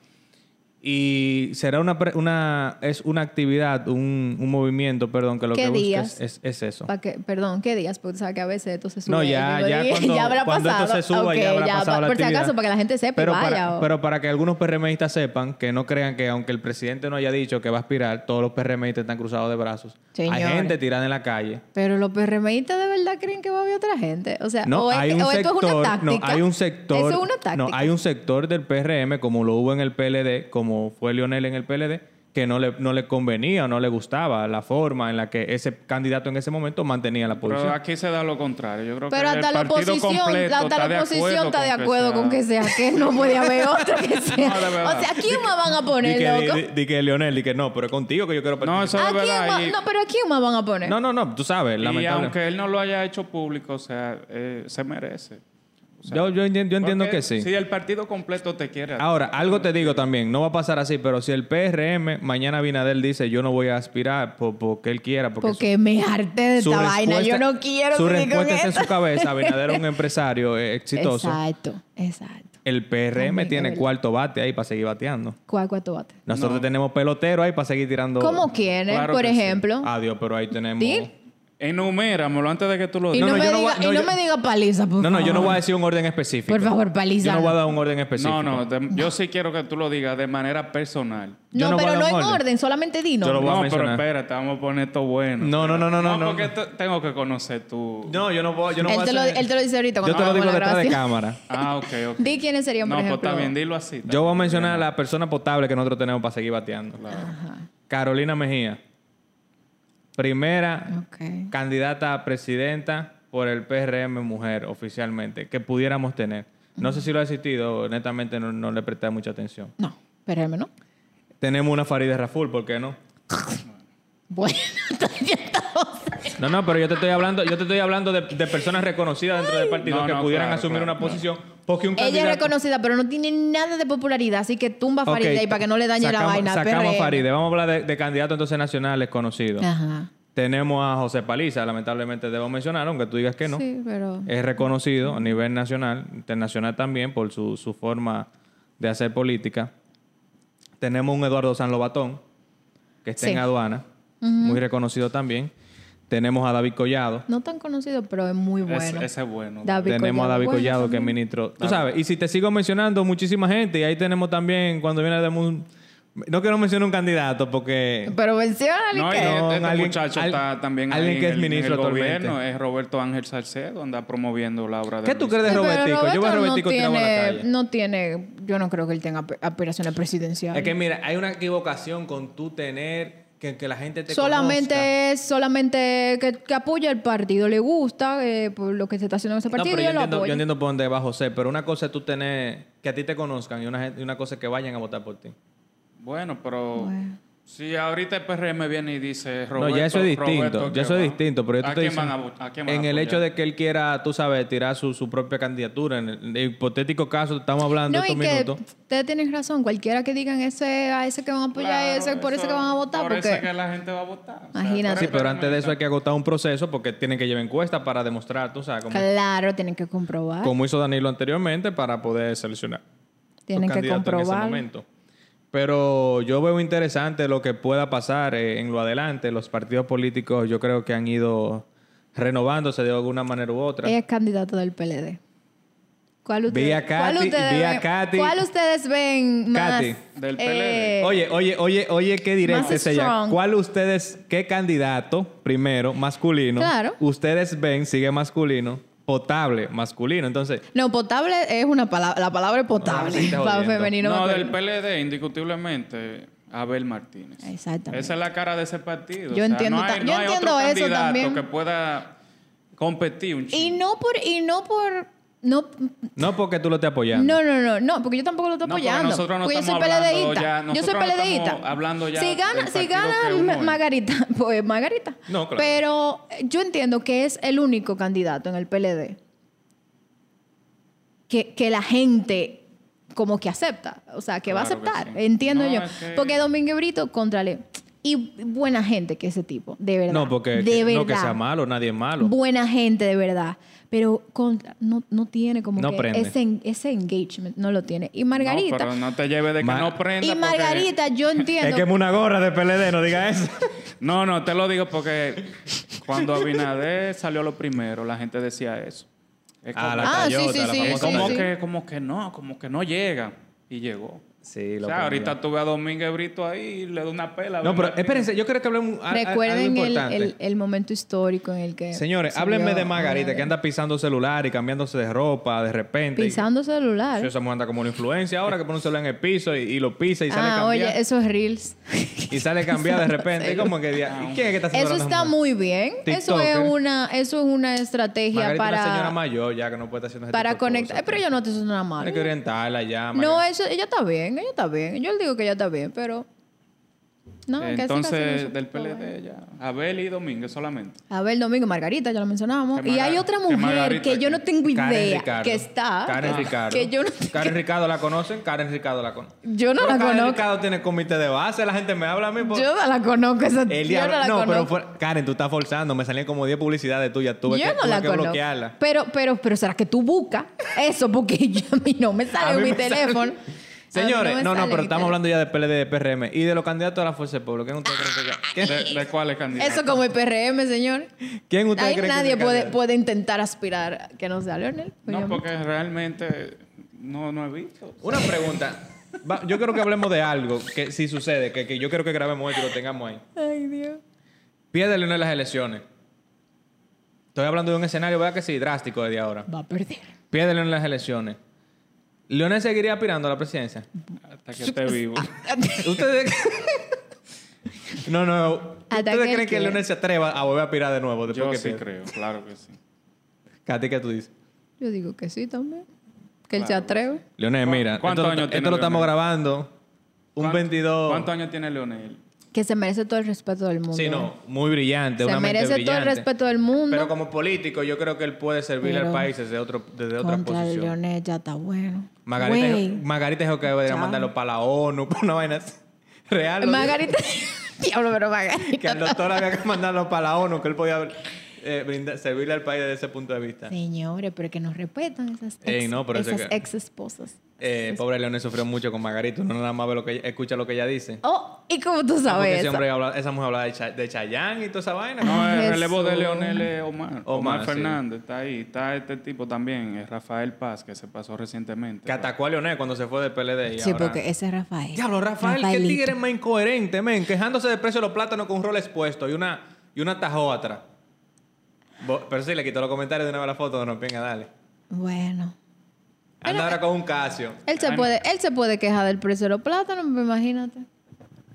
[SPEAKER 1] Y será una, pre- una es una actividad, un, un movimiento, perdón, que lo
[SPEAKER 2] ¿Qué
[SPEAKER 1] que busca
[SPEAKER 2] días?
[SPEAKER 1] es, es- es eso.
[SPEAKER 2] Pa' que- perdón, ¿qué días? Porque tú sabes que a veces esto se sube.
[SPEAKER 1] No, ya,
[SPEAKER 2] el mismo
[SPEAKER 1] ya,
[SPEAKER 2] día
[SPEAKER 1] cuando,
[SPEAKER 2] y
[SPEAKER 1] cuando esto se suba ya
[SPEAKER 2] Ok,
[SPEAKER 1] habrá pasado
[SPEAKER 2] pa-
[SPEAKER 1] la
[SPEAKER 2] Por si
[SPEAKER 1] actividad.
[SPEAKER 2] acaso, para que la gente sepa
[SPEAKER 1] pero
[SPEAKER 2] y vaya.
[SPEAKER 1] Para,
[SPEAKER 2] o-
[SPEAKER 1] pero para que algunos PRMistas sepan, que no crean que aunque el presidente no haya dicho que va a aspirar, todos los PRMistas están cruzados de brazos. Hay
[SPEAKER 2] Señores.
[SPEAKER 1] gente tirada en la calle.
[SPEAKER 2] Pero los PRMistas de verdad creen que va a haber otra gente. O sea,
[SPEAKER 1] No,
[SPEAKER 2] Ah, o, es
[SPEAKER 1] hay
[SPEAKER 2] que-
[SPEAKER 1] un
[SPEAKER 2] o esto es una
[SPEAKER 1] sector, no,
[SPEAKER 2] táctica.
[SPEAKER 1] hay un sector,
[SPEAKER 2] Eso es una táctica.
[SPEAKER 1] no, hay un sector del PRM como lo hubo en el PLD, como fue Lionel en el PLD, que no le, no le convenía o no le gustaba la forma en la que ese candidato en ese momento mantenía la
[SPEAKER 3] Pero
[SPEAKER 1] posición.
[SPEAKER 3] aquí se da lo contrario. Yo creo
[SPEAKER 2] Pero
[SPEAKER 3] que
[SPEAKER 2] hasta
[SPEAKER 3] el
[SPEAKER 2] la
[SPEAKER 3] partido
[SPEAKER 2] oposición,
[SPEAKER 3] completo
[SPEAKER 2] hasta la oposición está de acuerdo con que
[SPEAKER 3] sea.
[SPEAKER 2] sea que no puede haber otro que sea.
[SPEAKER 3] No, de verdad.
[SPEAKER 2] o sea, ¿a quién más van a
[SPEAKER 1] Di
[SPEAKER 2] poner,
[SPEAKER 1] que, di-
[SPEAKER 2] loco?
[SPEAKER 1] di- di que Lionel, di que no, pero es contigo que yo quiero
[SPEAKER 3] No,
[SPEAKER 1] participar.
[SPEAKER 3] eso
[SPEAKER 2] ¿A
[SPEAKER 3] es
[SPEAKER 2] quién
[SPEAKER 3] verdad.
[SPEAKER 2] más?
[SPEAKER 3] y-
[SPEAKER 2] No, pero ¿a quién más van a poner?
[SPEAKER 1] No, no, no, tú sabes,
[SPEAKER 3] Y
[SPEAKER 1] lamentable.
[SPEAKER 3] aunque él no lo haya hecho público, o sea, eh, se merece. O sea,
[SPEAKER 1] yo, yo entiendo, yo entiendo
[SPEAKER 3] porque
[SPEAKER 1] que sí.
[SPEAKER 3] Si el partido completo te quiere. a ti.
[SPEAKER 1] Ahora, algo te digo también, no va a pasar así, pero si el PRM mañana Binadel dice yo no voy a aspirar por- porque él quiera, porque, su-
[SPEAKER 2] Porque me harté de
[SPEAKER 1] su
[SPEAKER 2] esta vaina. Yo
[SPEAKER 1] respuesta-
[SPEAKER 2] no quiero
[SPEAKER 1] Su
[SPEAKER 2] seguir con
[SPEAKER 1] respuesta está en
[SPEAKER 2] esto.
[SPEAKER 1] su cabeza. Abinader es un empresario eh, exitoso.
[SPEAKER 2] Exacto, exacto.
[SPEAKER 1] El PRM
[SPEAKER 2] También, es
[SPEAKER 1] tiene
[SPEAKER 2] verdad.
[SPEAKER 1] cuarto bate ahí para seguir bateando.
[SPEAKER 2] ¿Cuál cuarto bate?
[SPEAKER 1] Nosotros
[SPEAKER 3] No.
[SPEAKER 1] tenemos pelotero ahí para seguir tirando.
[SPEAKER 2] ¿Cómo quieren,
[SPEAKER 3] claro
[SPEAKER 2] por
[SPEAKER 3] que sí.
[SPEAKER 2] ejemplo?
[SPEAKER 1] Adiós, pero ahí tenemos.
[SPEAKER 2] Dir.
[SPEAKER 3] Enuméramelo antes de que tú lo
[SPEAKER 2] Y
[SPEAKER 1] No,
[SPEAKER 2] no,
[SPEAKER 1] no,
[SPEAKER 2] me
[SPEAKER 1] yo no
[SPEAKER 2] diga,
[SPEAKER 1] voy- no,
[SPEAKER 2] y no
[SPEAKER 1] yo-
[SPEAKER 2] me diga paliza, por
[SPEAKER 1] No, no, yo no voy a
[SPEAKER 2] favor.
[SPEAKER 1] decir un orden específico.
[SPEAKER 2] Por favor,
[SPEAKER 1] Yo
[SPEAKER 2] paliza.
[SPEAKER 1] no voy a dar un orden específico.
[SPEAKER 3] No, no, de- yo sí quiero que tú lo digas de manera personal.
[SPEAKER 1] yo
[SPEAKER 2] No,
[SPEAKER 1] no voy a
[SPEAKER 2] pero
[SPEAKER 1] dar
[SPEAKER 2] no
[SPEAKER 1] un
[SPEAKER 2] en
[SPEAKER 1] orden.
[SPEAKER 2] orden. solamente di
[SPEAKER 1] Yo lo voy a
[SPEAKER 3] no, pero
[SPEAKER 1] mencionar.
[SPEAKER 3] espérate, vamos a poner esto bueno.
[SPEAKER 1] No, no, no, no, no, no.
[SPEAKER 3] porque te- tengo que conocer tu...
[SPEAKER 1] No, yo no voy, yo no
[SPEAKER 2] él,
[SPEAKER 1] voy
[SPEAKER 2] te
[SPEAKER 1] a
[SPEAKER 2] lo,
[SPEAKER 1] hacer-
[SPEAKER 2] él te lo dice ahorita
[SPEAKER 1] Yo
[SPEAKER 2] cuando
[SPEAKER 1] te lo
[SPEAKER 2] hagamos
[SPEAKER 1] digo
[SPEAKER 2] la
[SPEAKER 1] detrás de
[SPEAKER 2] grabación.
[SPEAKER 1] cámara.
[SPEAKER 3] Ah, ok, ok.
[SPEAKER 2] Di quiénes serían,
[SPEAKER 3] No,
[SPEAKER 2] por
[SPEAKER 3] pues
[SPEAKER 2] ejemplo.
[SPEAKER 3] está bien, dilo así. está
[SPEAKER 1] Yo voy a
[SPEAKER 3] bien.
[SPEAKER 1] mencionar a la persona potable que nosotros tenemos para seguir bateando. Carolina Mejía. Primera
[SPEAKER 2] Ok.
[SPEAKER 1] candidata a presidenta por el PRM mujer oficialmente que pudiéramos tener. No sé si lo ha existido, honestamente no, no le presté mucha atención.
[SPEAKER 2] No, espérame, ¿no?
[SPEAKER 1] Tenemos una Farideh Raful, ¿por qué no?
[SPEAKER 2] Bueno,
[SPEAKER 1] No, no, pero yo te estoy hablando, yo te estoy hablando de, de personas reconocidas dentro del partido
[SPEAKER 3] No,
[SPEAKER 1] que
[SPEAKER 3] no,
[SPEAKER 1] pudieran
[SPEAKER 3] claro,
[SPEAKER 1] asumir
[SPEAKER 3] claro,
[SPEAKER 1] una
[SPEAKER 3] claro.
[SPEAKER 1] posición porque un
[SPEAKER 2] ella es
[SPEAKER 1] candidato
[SPEAKER 2] reconocida, pero no tiene nada de popularidad, así que tumba a
[SPEAKER 1] Ok,
[SPEAKER 2] Farideh para que no le dañe la
[SPEAKER 1] sacamos-
[SPEAKER 2] vaina. al
[SPEAKER 1] Sacamos a
[SPEAKER 2] PRM. Ah.
[SPEAKER 1] Farideh, vamos a hablar de, de candidatos entonces nacionales conocidos.
[SPEAKER 2] Ajá.
[SPEAKER 1] Tenemos a José Paliza, lamentablemente debo mencionar, aunque tú digas que no.
[SPEAKER 2] Sí, pero...
[SPEAKER 1] Es reconocido a nivel nacional, internacional también, por su, su forma de hacer política. Tenemos un Eduardo Sanlobatón, que está
[SPEAKER 2] Sí.
[SPEAKER 1] en aduana, muy reconocido también. Tenemos a David Collado.
[SPEAKER 2] No tan conocido, pero es muy
[SPEAKER 3] Es-
[SPEAKER 2] bueno.
[SPEAKER 3] ese es bueno.
[SPEAKER 2] David
[SPEAKER 1] tenemos a
[SPEAKER 2] Collado,
[SPEAKER 1] David
[SPEAKER 2] bueno,
[SPEAKER 1] Collado, que es
[SPEAKER 2] también.
[SPEAKER 1] ministro. Tú sabes, y si te sigo mencionando, muchísima gente. Y ahí tenemos también, cuando viene de... mun- No quiero mencionar un candidato porque...
[SPEAKER 2] Pero menciónale
[SPEAKER 3] No, y
[SPEAKER 2] que...
[SPEAKER 1] no,
[SPEAKER 3] este, este
[SPEAKER 1] alguien-
[SPEAKER 3] muchacho
[SPEAKER 1] al-
[SPEAKER 3] está también
[SPEAKER 1] alguien
[SPEAKER 3] ahí
[SPEAKER 1] que
[SPEAKER 3] en
[SPEAKER 1] es
[SPEAKER 3] el- en
[SPEAKER 1] ministro
[SPEAKER 3] el gobierno,
[SPEAKER 1] actualmente.
[SPEAKER 3] es Roberto Ángel Salcedo, anda promoviendo la obra de
[SPEAKER 1] ¿Qué tú
[SPEAKER 3] Luis.
[SPEAKER 1] crees de
[SPEAKER 2] Sí, pero
[SPEAKER 1] Robertico? Yo veo a Robertico
[SPEAKER 2] no
[SPEAKER 1] tirado a la
[SPEAKER 2] tiene,
[SPEAKER 1] calle.
[SPEAKER 2] no tiene... Yo no creo que él tenga ap- aspiraciones presidenciales.
[SPEAKER 1] Es que mira, hay una equivocación con tú tener que, que la gente te conozca.
[SPEAKER 2] solamente es solamente que, que apoya el partido, le gusta eh, por lo que se está haciendo en ese
[SPEAKER 1] No,
[SPEAKER 2] partido
[SPEAKER 1] pero
[SPEAKER 2] y
[SPEAKER 1] yo
[SPEAKER 2] él lo
[SPEAKER 1] entiendo, yo
[SPEAKER 2] apoya.
[SPEAKER 1] entiendo por dónde va José, pero una cosa es tú tener que a ti te conozcan y una, gente- y una cosa es que vayan a votar por ti.
[SPEAKER 3] Bueno, pero
[SPEAKER 2] Bueno.
[SPEAKER 3] si ahorita el PRM viene y dice Roberto,
[SPEAKER 1] no, ya eso es distinto,
[SPEAKER 3] Roberto,
[SPEAKER 1] ya
[SPEAKER 3] ¿qué
[SPEAKER 1] eso es
[SPEAKER 3] va?
[SPEAKER 1] distinto, pero yo te
[SPEAKER 3] ¿A
[SPEAKER 1] estoy
[SPEAKER 3] quién van a
[SPEAKER 1] diciendo,
[SPEAKER 3] vo- a quién van a
[SPEAKER 1] en el
[SPEAKER 3] apoyar?
[SPEAKER 1] hecho de que él quiera, tú sabes, tirar su, su propia candidatura, en el, en el hipotético caso, estamos hablando
[SPEAKER 2] No,
[SPEAKER 1] de
[SPEAKER 2] y
[SPEAKER 1] estos
[SPEAKER 2] que
[SPEAKER 1] minutos.
[SPEAKER 2] ustedes tienen razón. Cualquiera que digan ese, a ese que van a apoyar,
[SPEAKER 3] Claro,
[SPEAKER 2] ese, Pues por ese
[SPEAKER 3] eso-
[SPEAKER 2] que van a votar,
[SPEAKER 3] por eso
[SPEAKER 2] porque...
[SPEAKER 3] es que la gente va a votar.
[SPEAKER 2] Imagínate.
[SPEAKER 1] Sí,
[SPEAKER 2] Pero
[SPEAKER 1] pero antes de eso hay que agotar un proceso porque tienen que llevar encuestas para demostrar, tú sabes, como,
[SPEAKER 2] Claro, tienen que comprobar.
[SPEAKER 1] como hizo Danilo anteriormente para poder seleccionar.
[SPEAKER 2] Tienen
[SPEAKER 1] su
[SPEAKER 2] que
[SPEAKER 1] candidato En ese
[SPEAKER 2] comprobar.
[SPEAKER 1] momento. Pero yo veo interesante lo que pueda pasar eh, en lo adelante. Los partidos políticos yo creo que han ido renovándose de alguna manera u otra.
[SPEAKER 2] Ella es candidato del PLD. ¿Cuál
[SPEAKER 1] Vi
[SPEAKER 2] ustedes,
[SPEAKER 1] a Katy-
[SPEAKER 2] cuál ustedes
[SPEAKER 1] vi a
[SPEAKER 2] ven,
[SPEAKER 1] Katy-
[SPEAKER 2] cuál ustedes ven más? eh,
[SPEAKER 1] Katy,
[SPEAKER 3] del PLD.
[SPEAKER 1] Oye, oye, oye, oye, qué directo
[SPEAKER 2] Más
[SPEAKER 1] es ella.
[SPEAKER 2] strong.
[SPEAKER 1] ¿Cuál ustedes, qué candidato, primero, masculino,
[SPEAKER 2] Claro.
[SPEAKER 1] ustedes ven, sigue masculino, potable, masculino? Entonces,
[SPEAKER 2] No, potable es una palabra. La palabra es
[SPEAKER 1] No,
[SPEAKER 2] potable.
[SPEAKER 1] Ah, sí, está
[SPEAKER 2] para
[SPEAKER 1] jodiendo.
[SPEAKER 2] femenino.
[SPEAKER 3] No,
[SPEAKER 2] masculino.
[SPEAKER 3] del PLD, indiscutiblemente, Abel Martínez.
[SPEAKER 2] Exactamente.
[SPEAKER 3] Esa es la cara de ese partido.
[SPEAKER 2] Yo
[SPEAKER 3] O sea,
[SPEAKER 2] entiendo
[SPEAKER 3] no hay,
[SPEAKER 2] ta-
[SPEAKER 3] no
[SPEAKER 2] yo
[SPEAKER 3] hay
[SPEAKER 2] entiendo
[SPEAKER 3] otro
[SPEAKER 2] eso
[SPEAKER 3] candidato
[SPEAKER 2] también.
[SPEAKER 3] que pueda competir un
[SPEAKER 2] Y
[SPEAKER 3] chico.
[SPEAKER 2] no por... Y no por... No,
[SPEAKER 1] no porque tú lo estés apoyando.
[SPEAKER 2] no, no, no, no, porque yo tampoco lo estoy
[SPEAKER 3] No, porque
[SPEAKER 2] apoyando.
[SPEAKER 3] nosotros no
[SPEAKER 2] porque yo soy
[SPEAKER 3] estamos hablando
[SPEAKER 2] PLDista.
[SPEAKER 3] ya-
[SPEAKER 2] yo soy
[SPEAKER 3] nosotros no
[SPEAKER 2] PLDista.
[SPEAKER 3] estamos hablando ya
[SPEAKER 2] si gana,
[SPEAKER 3] del
[SPEAKER 2] si
[SPEAKER 3] partido que
[SPEAKER 2] gana
[SPEAKER 3] uno
[SPEAKER 2] Ma-
[SPEAKER 3] es.
[SPEAKER 2] Margarita, pues Margarita.
[SPEAKER 1] No, claro.
[SPEAKER 2] Pero eh, yo entiendo que es el único candidato en el PLD que, que la gente como que acepta. O sea, que va a
[SPEAKER 3] Claro que
[SPEAKER 2] aceptar.
[SPEAKER 3] sí.
[SPEAKER 2] Entiendo
[SPEAKER 3] No,
[SPEAKER 2] yo.
[SPEAKER 3] es que-
[SPEAKER 2] Porque Domingo Brito, contrale. Y buena gente que ese tipo, de verdad.
[SPEAKER 1] No, porque
[SPEAKER 2] de
[SPEAKER 1] que-
[SPEAKER 2] verdad.
[SPEAKER 1] no que sea malo, nadie es malo.
[SPEAKER 2] Buena gente, de verdad. Pero contra- no, no tiene como
[SPEAKER 1] No
[SPEAKER 2] que
[SPEAKER 1] prende.
[SPEAKER 2] ese, en- ese engagement, no lo tiene. Y Margarita.
[SPEAKER 3] No, pero no te lleves de que
[SPEAKER 1] Ma-
[SPEAKER 3] no prenda.
[SPEAKER 2] y
[SPEAKER 3] porque-
[SPEAKER 2] Margarita, yo entiendo.
[SPEAKER 1] Es que es una gorra de PLD, no diga eso.
[SPEAKER 3] No, no, te lo digo porque cuando Abinader salió lo primero, la gente decía eso. Es
[SPEAKER 1] Ah,
[SPEAKER 3] como-
[SPEAKER 1] la
[SPEAKER 2] Ah, sí,
[SPEAKER 1] Toyota,
[SPEAKER 2] sí,
[SPEAKER 1] la
[SPEAKER 2] sí,
[SPEAKER 1] famosa
[SPEAKER 2] sí,
[SPEAKER 3] como
[SPEAKER 1] Toyota.
[SPEAKER 3] que como que no, como que no llega y llegó.
[SPEAKER 1] Sí,
[SPEAKER 3] o
[SPEAKER 1] lo primero.
[SPEAKER 3] sea, ahorita tuve a Domínguez Brito ahí y le doy una pela.
[SPEAKER 1] No, pero
[SPEAKER 3] Martín.
[SPEAKER 1] espérense, yo creo que hablemos a- a-
[SPEAKER 2] Recuerden
[SPEAKER 1] algo
[SPEAKER 2] el,
[SPEAKER 1] importante.
[SPEAKER 2] el- eh, el momento histórico en el que.
[SPEAKER 1] Señores,
[SPEAKER 2] salió
[SPEAKER 1] háblenme de Margarita
[SPEAKER 2] Abinader.
[SPEAKER 1] que anda pisando celular y cambiándose de ropa de repente.
[SPEAKER 2] Pisando celular.
[SPEAKER 1] Sí, esa mujer anda como una influencia ahora que pone un celular en el piso y, y lo pisa y sale
[SPEAKER 2] ah,
[SPEAKER 1] cambiada.
[SPEAKER 2] oye, eso es Reels.
[SPEAKER 1] Y sale cambiada de repente. Y como que, di- ¿y ¿Quién es que está haciendo
[SPEAKER 2] Eso
[SPEAKER 1] la
[SPEAKER 2] está
[SPEAKER 1] norma?
[SPEAKER 2] muy bien. Eso es
[SPEAKER 1] TikToker.
[SPEAKER 2] una, eso es una estrategia
[SPEAKER 1] Margarita es una señora
[SPEAKER 2] para,
[SPEAKER 1] mayor ya que no puede estar haciendo ese
[SPEAKER 2] para
[SPEAKER 1] tipo de
[SPEAKER 2] conectar.
[SPEAKER 1] cosas.
[SPEAKER 2] Eh, pero yo no te soy una
[SPEAKER 1] Hay que
[SPEAKER 2] mala.
[SPEAKER 1] orientarla ya.
[SPEAKER 2] No,
[SPEAKER 1] Margarita.
[SPEAKER 2] eso, ella está bien, ella está bien. Yo le digo que ella está bien, pero. No, que ese casi no
[SPEAKER 3] Entonces,
[SPEAKER 2] se
[SPEAKER 3] del
[SPEAKER 2] puede.
[SPEAKER 3] PLD ya. Abel y Domínguez solamente.
[SPEAKER 2] A ver, Domingo, Margarita, ya lo mencionamos.
[SPEAKER 3] Que
[SPEAKER 2] Y
[SPEAKER 3] Marga-
[SPEAKER 2] hay otra
[SPEAKER 3] que
[SPEAKER 2] mujer
[SPEAKER 3] Margarita,
[SPEAKER 2] que yo no tengo
[SPEAKER 1] Karen
[SPEAKER 2] idea
[SPEAKER 1] Ricardo.
[SPEAKER 2] que está.
[SPEAKER 1] Karen
[SPEAKER 2] que,
[SPEAKER 1] Ricardo.
[SPEAKER 2] que yo no,
[SPEAKER 1] Karen Ricardo la conocen, Karen Ricardo la conocen.
[SPEAKER 2] yo no la
[SPEAKER 1] Karen
[SPEAKER 2] conozco.
[SPEAKER 1] Ricardo tiene comité de base, la gente me habla a mí por-
[SPEAKER 2] Yo no la conozco. esa-
[SPEAKER 1] El
[SPEAKER 2] yo
[SPEAKER 1] diablo.
[SPEAKER 2] no la
[SPEAKER 1] No, pero
[SPEAKER 2] conozco.
[SPEAKER 1] fuera- Karen, tú estás forzando. Me salían como 10 publicidades tuyas. Tuve
[SPEAKER 2] yo
[SPEAKER 1] que,
[SPEAKER 2] no
[SPEAKER 1] tuve
[SPEAKER 2] la
[SPEAKER 1] que
[SPEAKER 2] conozco.
[SPEAKER 1] bloquearla.
[SPEAKER 2] Pero, pero, pero, ¿será que tú buscas eso? Porque yo- a mí no me
[SPEAKER 1] A
[SPEAKER 2] sale
[SPEAKER 1] mí
[SPEAKER 2] en mi
[SPEAKER 1] me sale-
[SPEAKER 2] teléfono. A mí
[SPEAKER 1] Señores,
[SPEAKER 2] me
[SPEAKER 1] no, no,
[SPEAKER 2] sale en
[SPEAKER 1] pero
[SPEAKER 2] mi
[SPEAKER 1] estamos
[SPEAKER 2] teléfono.
[SPEAKER 1] hablando ya de PLD, de PRM y de los candidatos a la Fuerza del Pueblo. ¿Quién ustedes creen que ya- quién-
[SPEAKER 3] ¿De, de cuáles candidatos?
[SPEAKER 2] Eso como el PRM, señor.
[SPEAKER 1] ¿Quién ustedes creen
[SPEAKER 2] Ahí
[SPEAKER 1] que
[SPEAKER 2] nadie
[SPEAKER 1] se
[SPEAKER 2] puede,
[SPEAKER 1] candidata?
[SPEAKER 2] puede intentar aspirar que no sea Leonel.
[SPEAKER 3] No,
[SPEAKER 2] William.
[SPEAKER 3] porque realmente no, no he visto.
[SPEAKER 1] Una pregunta. Va, yo quiero que hablemos de algo que si sucede, que, que yo quiero que grabemos esto y lo tengamos ahí.
[SPEAKER 2] Ay, Dios.
[SPEAKER 1] Pierde Leonel las elecciones. Estoy hablando de un escenario, vea que sí, drástico desde ahora.
[SPEAKER 2] Va a perder.
[SPEAKER 1] Pierde Leonel las elecciones. ¿Leonel seguiría aspirando a la presidencia?
[SPEAKER 3] Hasta que esté vivo.
[SPEAKER 1] ¿Ustedes No, no.
[SPEAKER 2] Hasta
[SPEAKER 1] ¿Ustedes
[SPEAKER 2] que él
[SPEAKER 1] creen que
[SPEAKER 2] quiera.
[SPEAKER 1] Leonel se atreva a volver a aspirar de nuevo después
[SPEAKER 3] Yo
[SPEAKER 1] que
[SPEAKER 3] sí
[SPEAKER 1] pierda?
[SPEAKER 3] creo, claro que sí.
[SPEAKER 1] Katy, ¿qué tú dices?
[SPEAKER 2] Yo digo que sí también. Que él se
[SPEAKER 3] Claro.
[SPEAKER 2] atreve.
[SPEAKER 1] Leonel,
[SPEAKER 3] ¿Cu-
[SPEAKER 1] mira,
[SPEAKER 3] cuántos
[SPEAKER 1] esto, lo-
[SPEAKER 3] años
[SPEAKER 1] esto
[SPEAKER 3] tiene
[SPEAKER 1] lo estamos
[SPEAKER 3] Leonel?
[SPEAKER 1] grabando. Un
[SPEAKER 3] ¿Cuánto-
[SPEAKER 1] 22.
[SPEAKER 3] ¿Cuántos años tiene Leonel?
[SPEAKER 2] Que se merece todo el respeto del mundo.
[SPEAKER 1] Sí, no, muy brillante,
[SPEAKER 2] Se
[SPEAKER 1] una mente
[SPEAKER 2] merece todo el
[SPEAKER 1] brillante.
[SPEAKER 2] respeto del mundo.
[SPEAKER 1] Pero como político, yo creo que él puede servirle al
[SPEAKER 2] Pero
[SPEAKER 1] país desde, otro, desde otra
[SPEAKER 2] Contra el
[SPEAKER 1] posición.
[SPEAKER 2] Leonel ya está bueno.
[SPEAKER 1] Margarita, dijo-
[SPEAKER 2] Güey.
[SPEAKER 1] Margarita dijo que debería
[SPEAKER 2] Ya.
[SPEAKER 1] mandarlo para la ONU, para una vaina así. Real. lo dijo.
[SPEAKER 2] Margarita. Diablo, pero Margarita.
[SPEAKER 1] Que al doctor había que mandarlo para la ONU, que él podía eh, brindar- servirle al país desde ese punto de vista.
[SPEAKER 2] Señores, pero que nos respetan esas ex,
[SPEAKER 1] Ey, no, pero ese
[SPEAKER 2] esas
[SPEAKER 1] que-
[SPEAKER 2] ex esposas.
[SPEAKER 1] Eh, pobre Leones sufrió mucho con Margarita. Uno nada más ve lo que ella- escucha lo que ella dice.
[SPEAKER 2] Oh, ¿y cómo tú
[SPEAKER 1] Porque
[SPEAKER 2] sabes
[SPEAKER 1] ese
[SPEAKER 2] eso?
[SPEAKER 1] hombre habla- esa mujer hablaba de, Cha- de Chayanne y toda esa vaina.
[SPEAKER 3] No,
[SPEAKER 2] Jesús.
[SPEAKER 3] el relevo de Leonel es Omar. Omar,
[SPEAKER 1] Omar, sí.
[SPEAKER 3] Fernández está ahí. Está este tipo también, es Rafael Paz, que se pasó recientemente.
[SPEAKER 1] Que atacó a Leonel cuando se fue del PLD. y
[SPEAKER 2] Sí,
[SPEAKER 1] ahora-
[SPEAKER 2] porque ese es Rafael.
[SPEAKER 1] Diablo, Rafael, qué
[SPEAKER 2] Rafaelito.
[SPEAKER 1] tigre más incoherente, men. Quejándose del precio de los plátanos con un rol expuesto y una, y una tajó atrás. Bo- Pero sí, le quitó los comentarios de una vez la foto. No, venga, dale.
[SPEAKER 2] Bueno.
[SPEAKER 1] Anda
[SPEAKER 2] eh,
[SPEAKER 1] ahora con un Casio.
[SPEAKER 2] Él se,
[SPEAKER 3] Ay,
[SPEAKER 2] puede, él se puede quejar del precio de los plátanos, imagínate.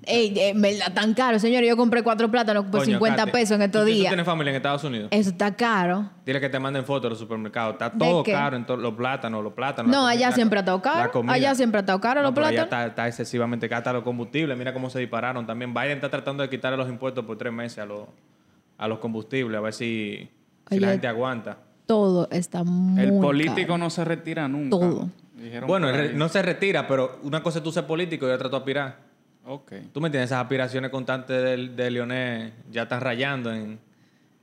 [SPEAKER 2] Ey, eh, en verdad, tan caro, señores. Yo compré cuatro plátanos por
[SPEAKER 1] Coño,
[SPEAKER 2] 50
[SPEAKER 1] Katy,
[SPEAKER 2] pesos en estos
[SPEAKER 1] ¿tú- tú
[SPEAKER 2] días.
[SPEAKER 1] tienes familia en Estados Unidos?
[SPEAKER 2] Eso está caro.
[SPEAKER 1] Dile que te manden fotos de los supermercados. Está
[SPEAKER 2] ¿De
[SPEAKER 1] todo
[SPEAKER 2] qué?
[SPEAKER 1] caro en to- los plátanos, los plátanos.
[SPEAKER 2] No,
[SPEAKER 1] la comida,
[SPEAKER 2] allá
[SPEAKER 1] la-
[SPEAKER 2] siempre ha estado caro.
[SPEAKER 1] la comida.
[SPEAKER 2] Allá siempre ha estado caro
[SPEAKER 1] No,
[SPEAKER 2] los
[SPEAKER 1] pero Allá
[SPEAKER 2] plátanos.
[SPEAKER 1] está, está excesivamente caro. Hasta los combustibles. Mira cómo se dispararon también. Biden está tratando de quitarle los impuestos por tres meses a los, a los combustibles. A ver si, si la
[SPEAKER 2] Oye.
[SPEAKER 1] gente aguanta.
[SPEAKER 2] Todo está muy
[SPEAKER 3] el político
[SPEAKER 2] caro.
[SPEAKER 3] no se retira nunca.
[SPEAKER 2] Todo.
[SPEAKER 3] Dijeron
[SPEAKER 1] Bueno,
[SPEAKER 3] por
[SPEAKER 1] re-
[SPEAKER 3] ahí.
[SPEAKER 1] no se retira, pero una cosa es tú ser político y otra tú aspirar.
[SPEAKER 3] Ok.
[SPEAKER 1] Tú me entiendes, esas aspiraciones constantes del- de, Leonel ya están rayando en...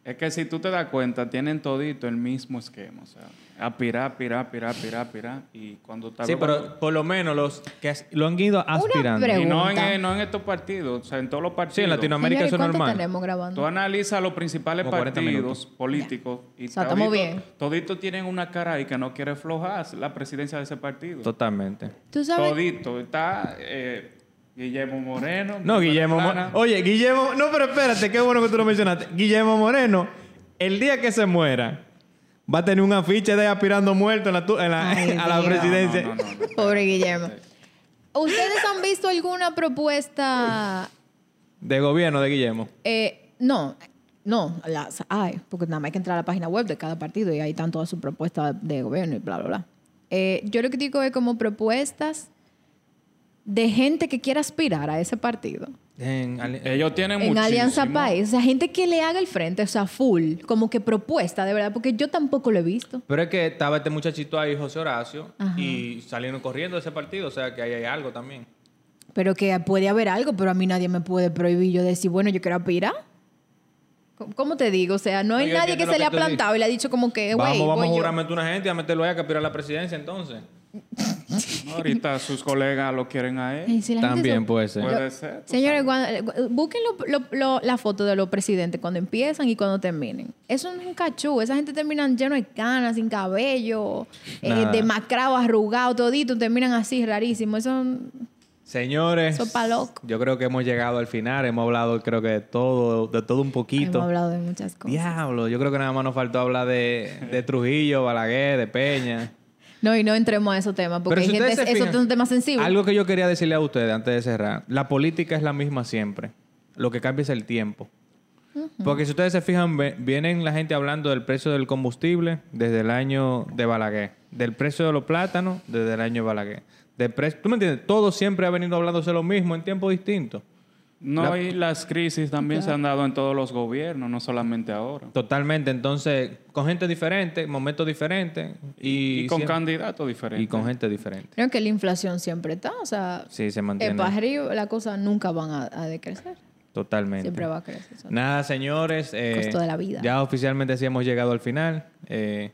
[SPEAKER 3] Es que si tú te das cuenta, tienen todito el mismo esquema. O sea, aspirar, aspirar, aspirar, aspirar, aspirar. Y cuando tal
[SPEAKER 1] Sí,
[SPEAKER 3] vez cuando-
[SPEAKER 1] pero por lo menos los que as- lo han ido aspirando.
[SPEAKER 2] pre-
[SPEAKER 3] Y no en,
[SPEAKER 2] Pregunta.
[SPEAKER 3] eh, no en estos partidos, o sea, en todos los partidos.
[SPEAKER 1] Sí, en Latinoamérica. América,
[SPEAKER 2] Señores,
[SPEAKER 1] eso es
[SPEAKER 2] ¿cuánto
[SPEAKER 1] normal.
[SPEAKER 2] tenemos
[SPEAKER 3] Tú
[SPEAKER 2] grabando?
[SPEAKER 3] analizas los principales
[SPEAKER 1] Como 40
[SPEAKER 3] partidos
[SPEAKER 1] minutos.
[SPEAKER 3] políticos y
[SPEAKER 2] O sea, estamos
[SPEAKER 3] todito-
[SPEAKER 2] bien.
[SPEAKER 3] todito tienen una cara ahí que no quiere flojar la presidencia de ese partido.
[SPEAKER 1] Totalmente.
[SPEAKER 2] ¿Tú sabes?
[SPEAKER 3] Todito. Está eh, Guillermo Moreno.
[SPEAKER 1] No,
[SPEAKER 3] Manuel
[SPEAKER 1] Guillermo Oh,
[SPEAKER 3] Plana.
[SPEAKER 1] Moreno. Oye, Guillermo. No, pero espérate, qué bueno que tú lo mencionaste. Guillermo Moreno, el día que se muera, va a tener un afiche de aspirando muerto en la tu- en la-
[SPEAKER 2] Ay,
[SPEAKER 1] a la
[SPEAKER 2] Dios.
[SPEAKER 1] presidencia.
[SPEAKER 3] No, no, no, no, no.
[SPEAKER 2] Pobre Guillermo.
[SPEAKER 3] Sí.
[SPEAKER 2] ¿Ustedes han visto alguna propuesta?
[SPEAKER 1] De gobierno de Guillermo.
[SPEAKER 2] eh, no, no, las hay, porque nada más hay que entrar a la página web de cada partido y ahí están todas sus propuestas de gobierno y bla, bla, bla. Eh, yo lo que digo es como propuestas de gente que quiera aspirar a ese partido.
[SPEAKER 1] En- al-
[SPEAKER 3] Ellos tienen
[SPEAKER 2] En
[SPEAKER 3] muchísimo.
[SPEAKER 2] Alianza País, o sea, gente que le haga el frente, o sea, full, como que propuesta, de verdad, porque yo tampoco lo he visto.
[SPEAKER 1] Pero es que estaba este muchachito ahí, José Horacio,
[SPEAKER 2] Ajá.
[SPEAKER 1] y salieron corriendo de ese partido. O sea, que ahí hay algo también.
[SPEAKER 2] Pero que puede haber algo, pero a mí nadie me puede prohibir yo decir, bueno, yo quiero aspirar. ¿Cómo- ¿Cómo te digo? O sea, no hay
[SPEAKER 1] Oye,
[SPEAKER 2] nadie
[SPEAKER 1] entiendo
[SPEAKER 2] que
[SPEAKER 1] lo
[SPEAKER 2] se
[SPEAKER 1] que
[SPEAKER 2] le ha
[SPEAKER 1] tú dices.
[SPEAKER 2] plantado y le ha dicho como que, Eh, güey,
[SPEAKER 1] vamos, vamos
[SPEAKER 2] voy
[SPEAKER 1] a
[SPEAKER 2] yo".
[SPEAKER 1] juramente una gente y a meterlo ahí a que aspirar a la presidencia entonces.
[SPEAKER 3] Ahorita sus colegas lo quieren a él.
[SPEAKER 2] Y si la gente se-
[SPEAKER 1] Eh, puede
[SPEAKER 3] Puede ser. tú
[SPEAKER 2] Señores,
[SPEAKER 3] sabes.
[SPEAKER 2] cuando- eh, busquen lo- lo- lo- la foto de los presidentes cuando empiezan y cuando terminen. Eso no es un cachú. Esa gente terminan lleno de canas, sin cabello, eh,
[SPEAKER 1] Nah.
[SPEAKER 2] demacrado, arrugado, todito. Terminan así, rarísimo. Eso...
[SPEAKER 1] Señores,
[SPEAKER 2] Eso pa' loco.
[SPEAKER 1] yo creo que hemos llegado al final. Hemos hablado, creo que de todo, de todo un
[SPEAKER 2] Hemos
[SPEAKER 1] poquito.
[SPEAKER 2] hablado de muchas cosas.
[SPEAKER 1] Diablo, yo creo que nada más nos faltó hablar de, de Trujillo, Balaguer, de Peña.
[SPEAKER 2] No, y no entremos a esos temas, porque hay gente,
[SPEAKER 1] ustedes se
[SPEAKER 2] esos
[SPEAKER 1] fijan,
[SPEAKER 2] son temas sensibles.
[SPEAKER 1] Algo que yo quería decirle a ustedes antes de cerrar. La política es la misma siempre. Lo que cambia es el tiempo. Porque si ustedes se fijan, ve- vienen la gente hablando del precio del combustible desde el año de Balaguer, del precio de los plátanos desde el año de Balaguer. Del pre- ¿Tú me entiendes? Todo siempre ha venido hablándose lo mismo en tiempos distintos.
[SPEAKER 3] No,
[SPEAKER 1] La-
[SPEAKER 3] y las crisis también se han dado en todos los gobiernos, no solamente ahora.
[SPEAKER 1] Totalmente. Entonces, con gente diferente, momentos diferentes y,
[SPEAKER 3] Y, con
[SPEAKER 1] siempre-
[SPEAKER 3] candidatos diferentes.
[SPEAKER 1] y con gente diferente.
[SPEAKER 2] Creo que la inflación siempre está, o sea,
[SPEAKER 1] Sí, se
[SPEAKER 2] el
[SPEAKER 1] mantiene.
[SPEAKER 2] pajarillo, la cosa nunca van a, a decrecer,
[SPEAKER 1] Totalmente.
[SPEAKER 2] siempre va a crecer. eso.
[SPEAKER 1] Nada, señores. eh,
[SPEAKER 2] Costo de la vida.
[SPEAKER 1] Ya oficialmente sí hemos llegado al final. Eh,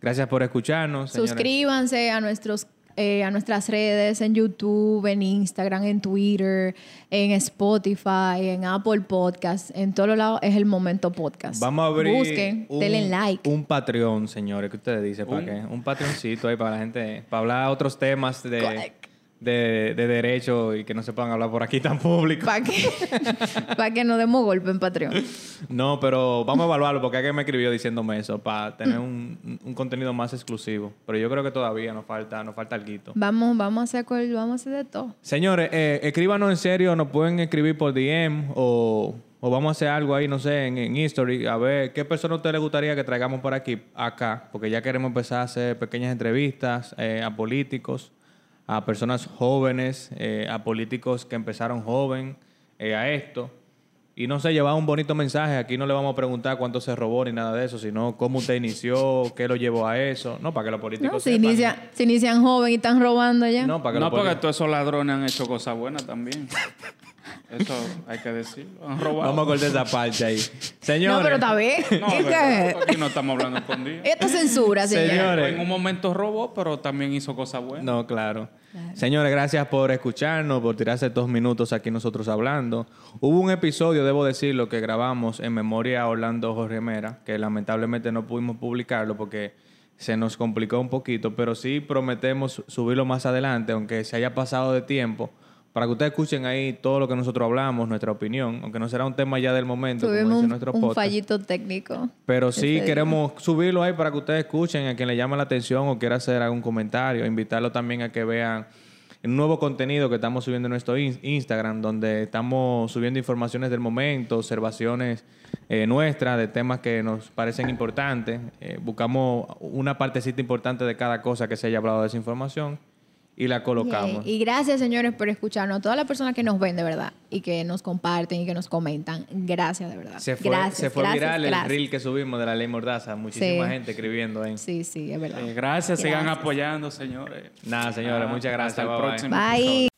[SPEAKER 1] gracias por escucharnos. señores.
[SPEAKER 2] Suscríbanse a nuestros eh, a nuestras redes en YouTube, en Instagram, en Twitter, en Spotify, en Apple Podcast, en todos lados es el momento podcast.
[SPEAKER 1] Vamos a abrir.
[SPEAKER 2] Busquen,
[SPEAKER 1] un-
[SPEAKER 2] denle like.
[SPEAKER 1] Un Patreon, señores. ¿Qué ustedes dicen? ¿Para
[SPEAKER 3] Un-
[SPEAKER 1] qué? Un Patreoncito ahí para la gente. Para hablar otros temas de,
[SPEAKER 2] Correct.
[SPEAKER 1] de, de derecho y que no se puedan hablar por aquí tan público.
[SPEAKER 2] Para que, pa' que no demos golpe en Patreon.
[SPEAKER 1] No, pero vamos a evaluarlo porque alguien me escribió diciéndome eso para tener un, un contenido más exclusivo. Pero yo creo que todavía nos falta, nos falta algo.
[SPEAKER 2] Vamos, vamos a hacer, col- vamos a hacer de todo.
[SPEAKER 1] Señores, eh, escríbanos en serio, nos pueden escribir por DM o, o vamos a hacer algo ahí, no sé, en, en History, a ver qué persona a usted le gustaría que traigamos por aquí, acá, porque ya queremos empezar a hacer pequeñas entrevistas eh, a políticos, a personas jóvenes, eh, a políticos que empezaron joven, eh, a esto. Y no sé, llevar un bonito mensaje. Aquí no le vamos a preguntar cuánto se robó ni nada de eso, sino cómo usted inició, qué lo llevó a eso. No, para que los políticos.
[SPEAKER 2] No, si,
[SPEAKER 1] sepan.
[SPEAKER 2] inician, si inician joven y están robando ya.
[SPEAKER 1] No, para que
[SPEAKER 3] no,
[SPEAKER 1] los
[SPEAKER 3] porque
[SPEAKER 1] políticos-
[SPEAKER 3] todos esos ladrones han hecho cosas buenas también. Eso hay que decirlo. Han robado.
[SPEAKER 1] Vamos a cortar esa parte ahí. Señores.
[SPEAKER 2] No, pero está bien.
[SPEAKER 3] No,
[SPEAKER 2] ¿Qué
[SPEAKER 3] pero
[SPEAKER 2] es?
[SPEAKER 3] aquí no estamos hablando escondido.
[SPEAKER 2] Esto es censura, señor.
[SPEAKER 1] Señores.
[SPEAKER 3] En un momento robó, pero también hizo cosas buenas.
[SPEAKER 1] No, claro.
[SPEAKER 2] Claro.
[SPEAKER 1] Señores, gracias por escucharnos, por tirarse dos minutos aquí nosotros hablando. Hubo un episodio, debo decirlo, que grabamos en memoria a Orlando Jorge Mera, que lamentablemente no pudimos publicarlo porque se nos complicó un poquito, pero sí prometemos subirlo más adelante, aunque se haya pasado de tiempo, para que ustedes escuchen ahí todo lo que nosotros hablamos, nuestra opinión, aunque no será un tema ya del momento, como
[SPEAKER 2] Tuvimos
[SPEAKER 1] dice
[SPEAKER 2] un,
[SPEAKER 1] nuestro
[SPEAKER 2] un
[SPEAKER 1] podcast.
[SPEAKER 2] fallito técnico.
[SPEAKER 1] Pero sí
[SPEAKER 2] Ese día.
[SPEAKER 1] queremos subirlo ahí para que ustedes escuchen, a quien le llame la atención o quiera hacer algún comentario, invitarlo también a que vean un nuevo contenido que estamos subiendo en nuestro in- Instagram, donde estamos subiendo informaciones del momento, observaciones eh, nuestras de temas que nos parecen importantes. Eh, buscamos una partecita importante de cada cosa que se haya hablado de esa información y la colocamos.
[SPEAKER 2] Yay. Y gracias, señores, por escucharnos. A todas las personas que nos ven, de verdad, y que nos comparten y que nos comentan. Gracias, de verdad.
[SPEAKER 1] se fue,
[SPEAKER 2] gracias,
[SPEAKER 1] se fue
[SPEAKER 2] gracias,
[SPEAKER 1] viral
[SPEAKER 2] gracias.
[SPEAKER 1] el reel que subimos de la ley Mordaza. Muchísima
[SPEAKER 2] Sí.
[SPEAKER 1] gente escribiendo ahí.
[SPEAKER 2] Sí, sí, es verdad.
[SPEAKER 3] Eh, gracias, sigan
[SPEAKER 2] Gracias.
[SPEAKER 3] apoyando, señores. Ah,
[SPEAKER 1] Nada, señores, muchas gracias.
[SPEAKER 3] Hasta el
[SPEAKER 1] Bye, bye.
[SPEAKER 3] próximo.
[SPEAKER 2] Bye.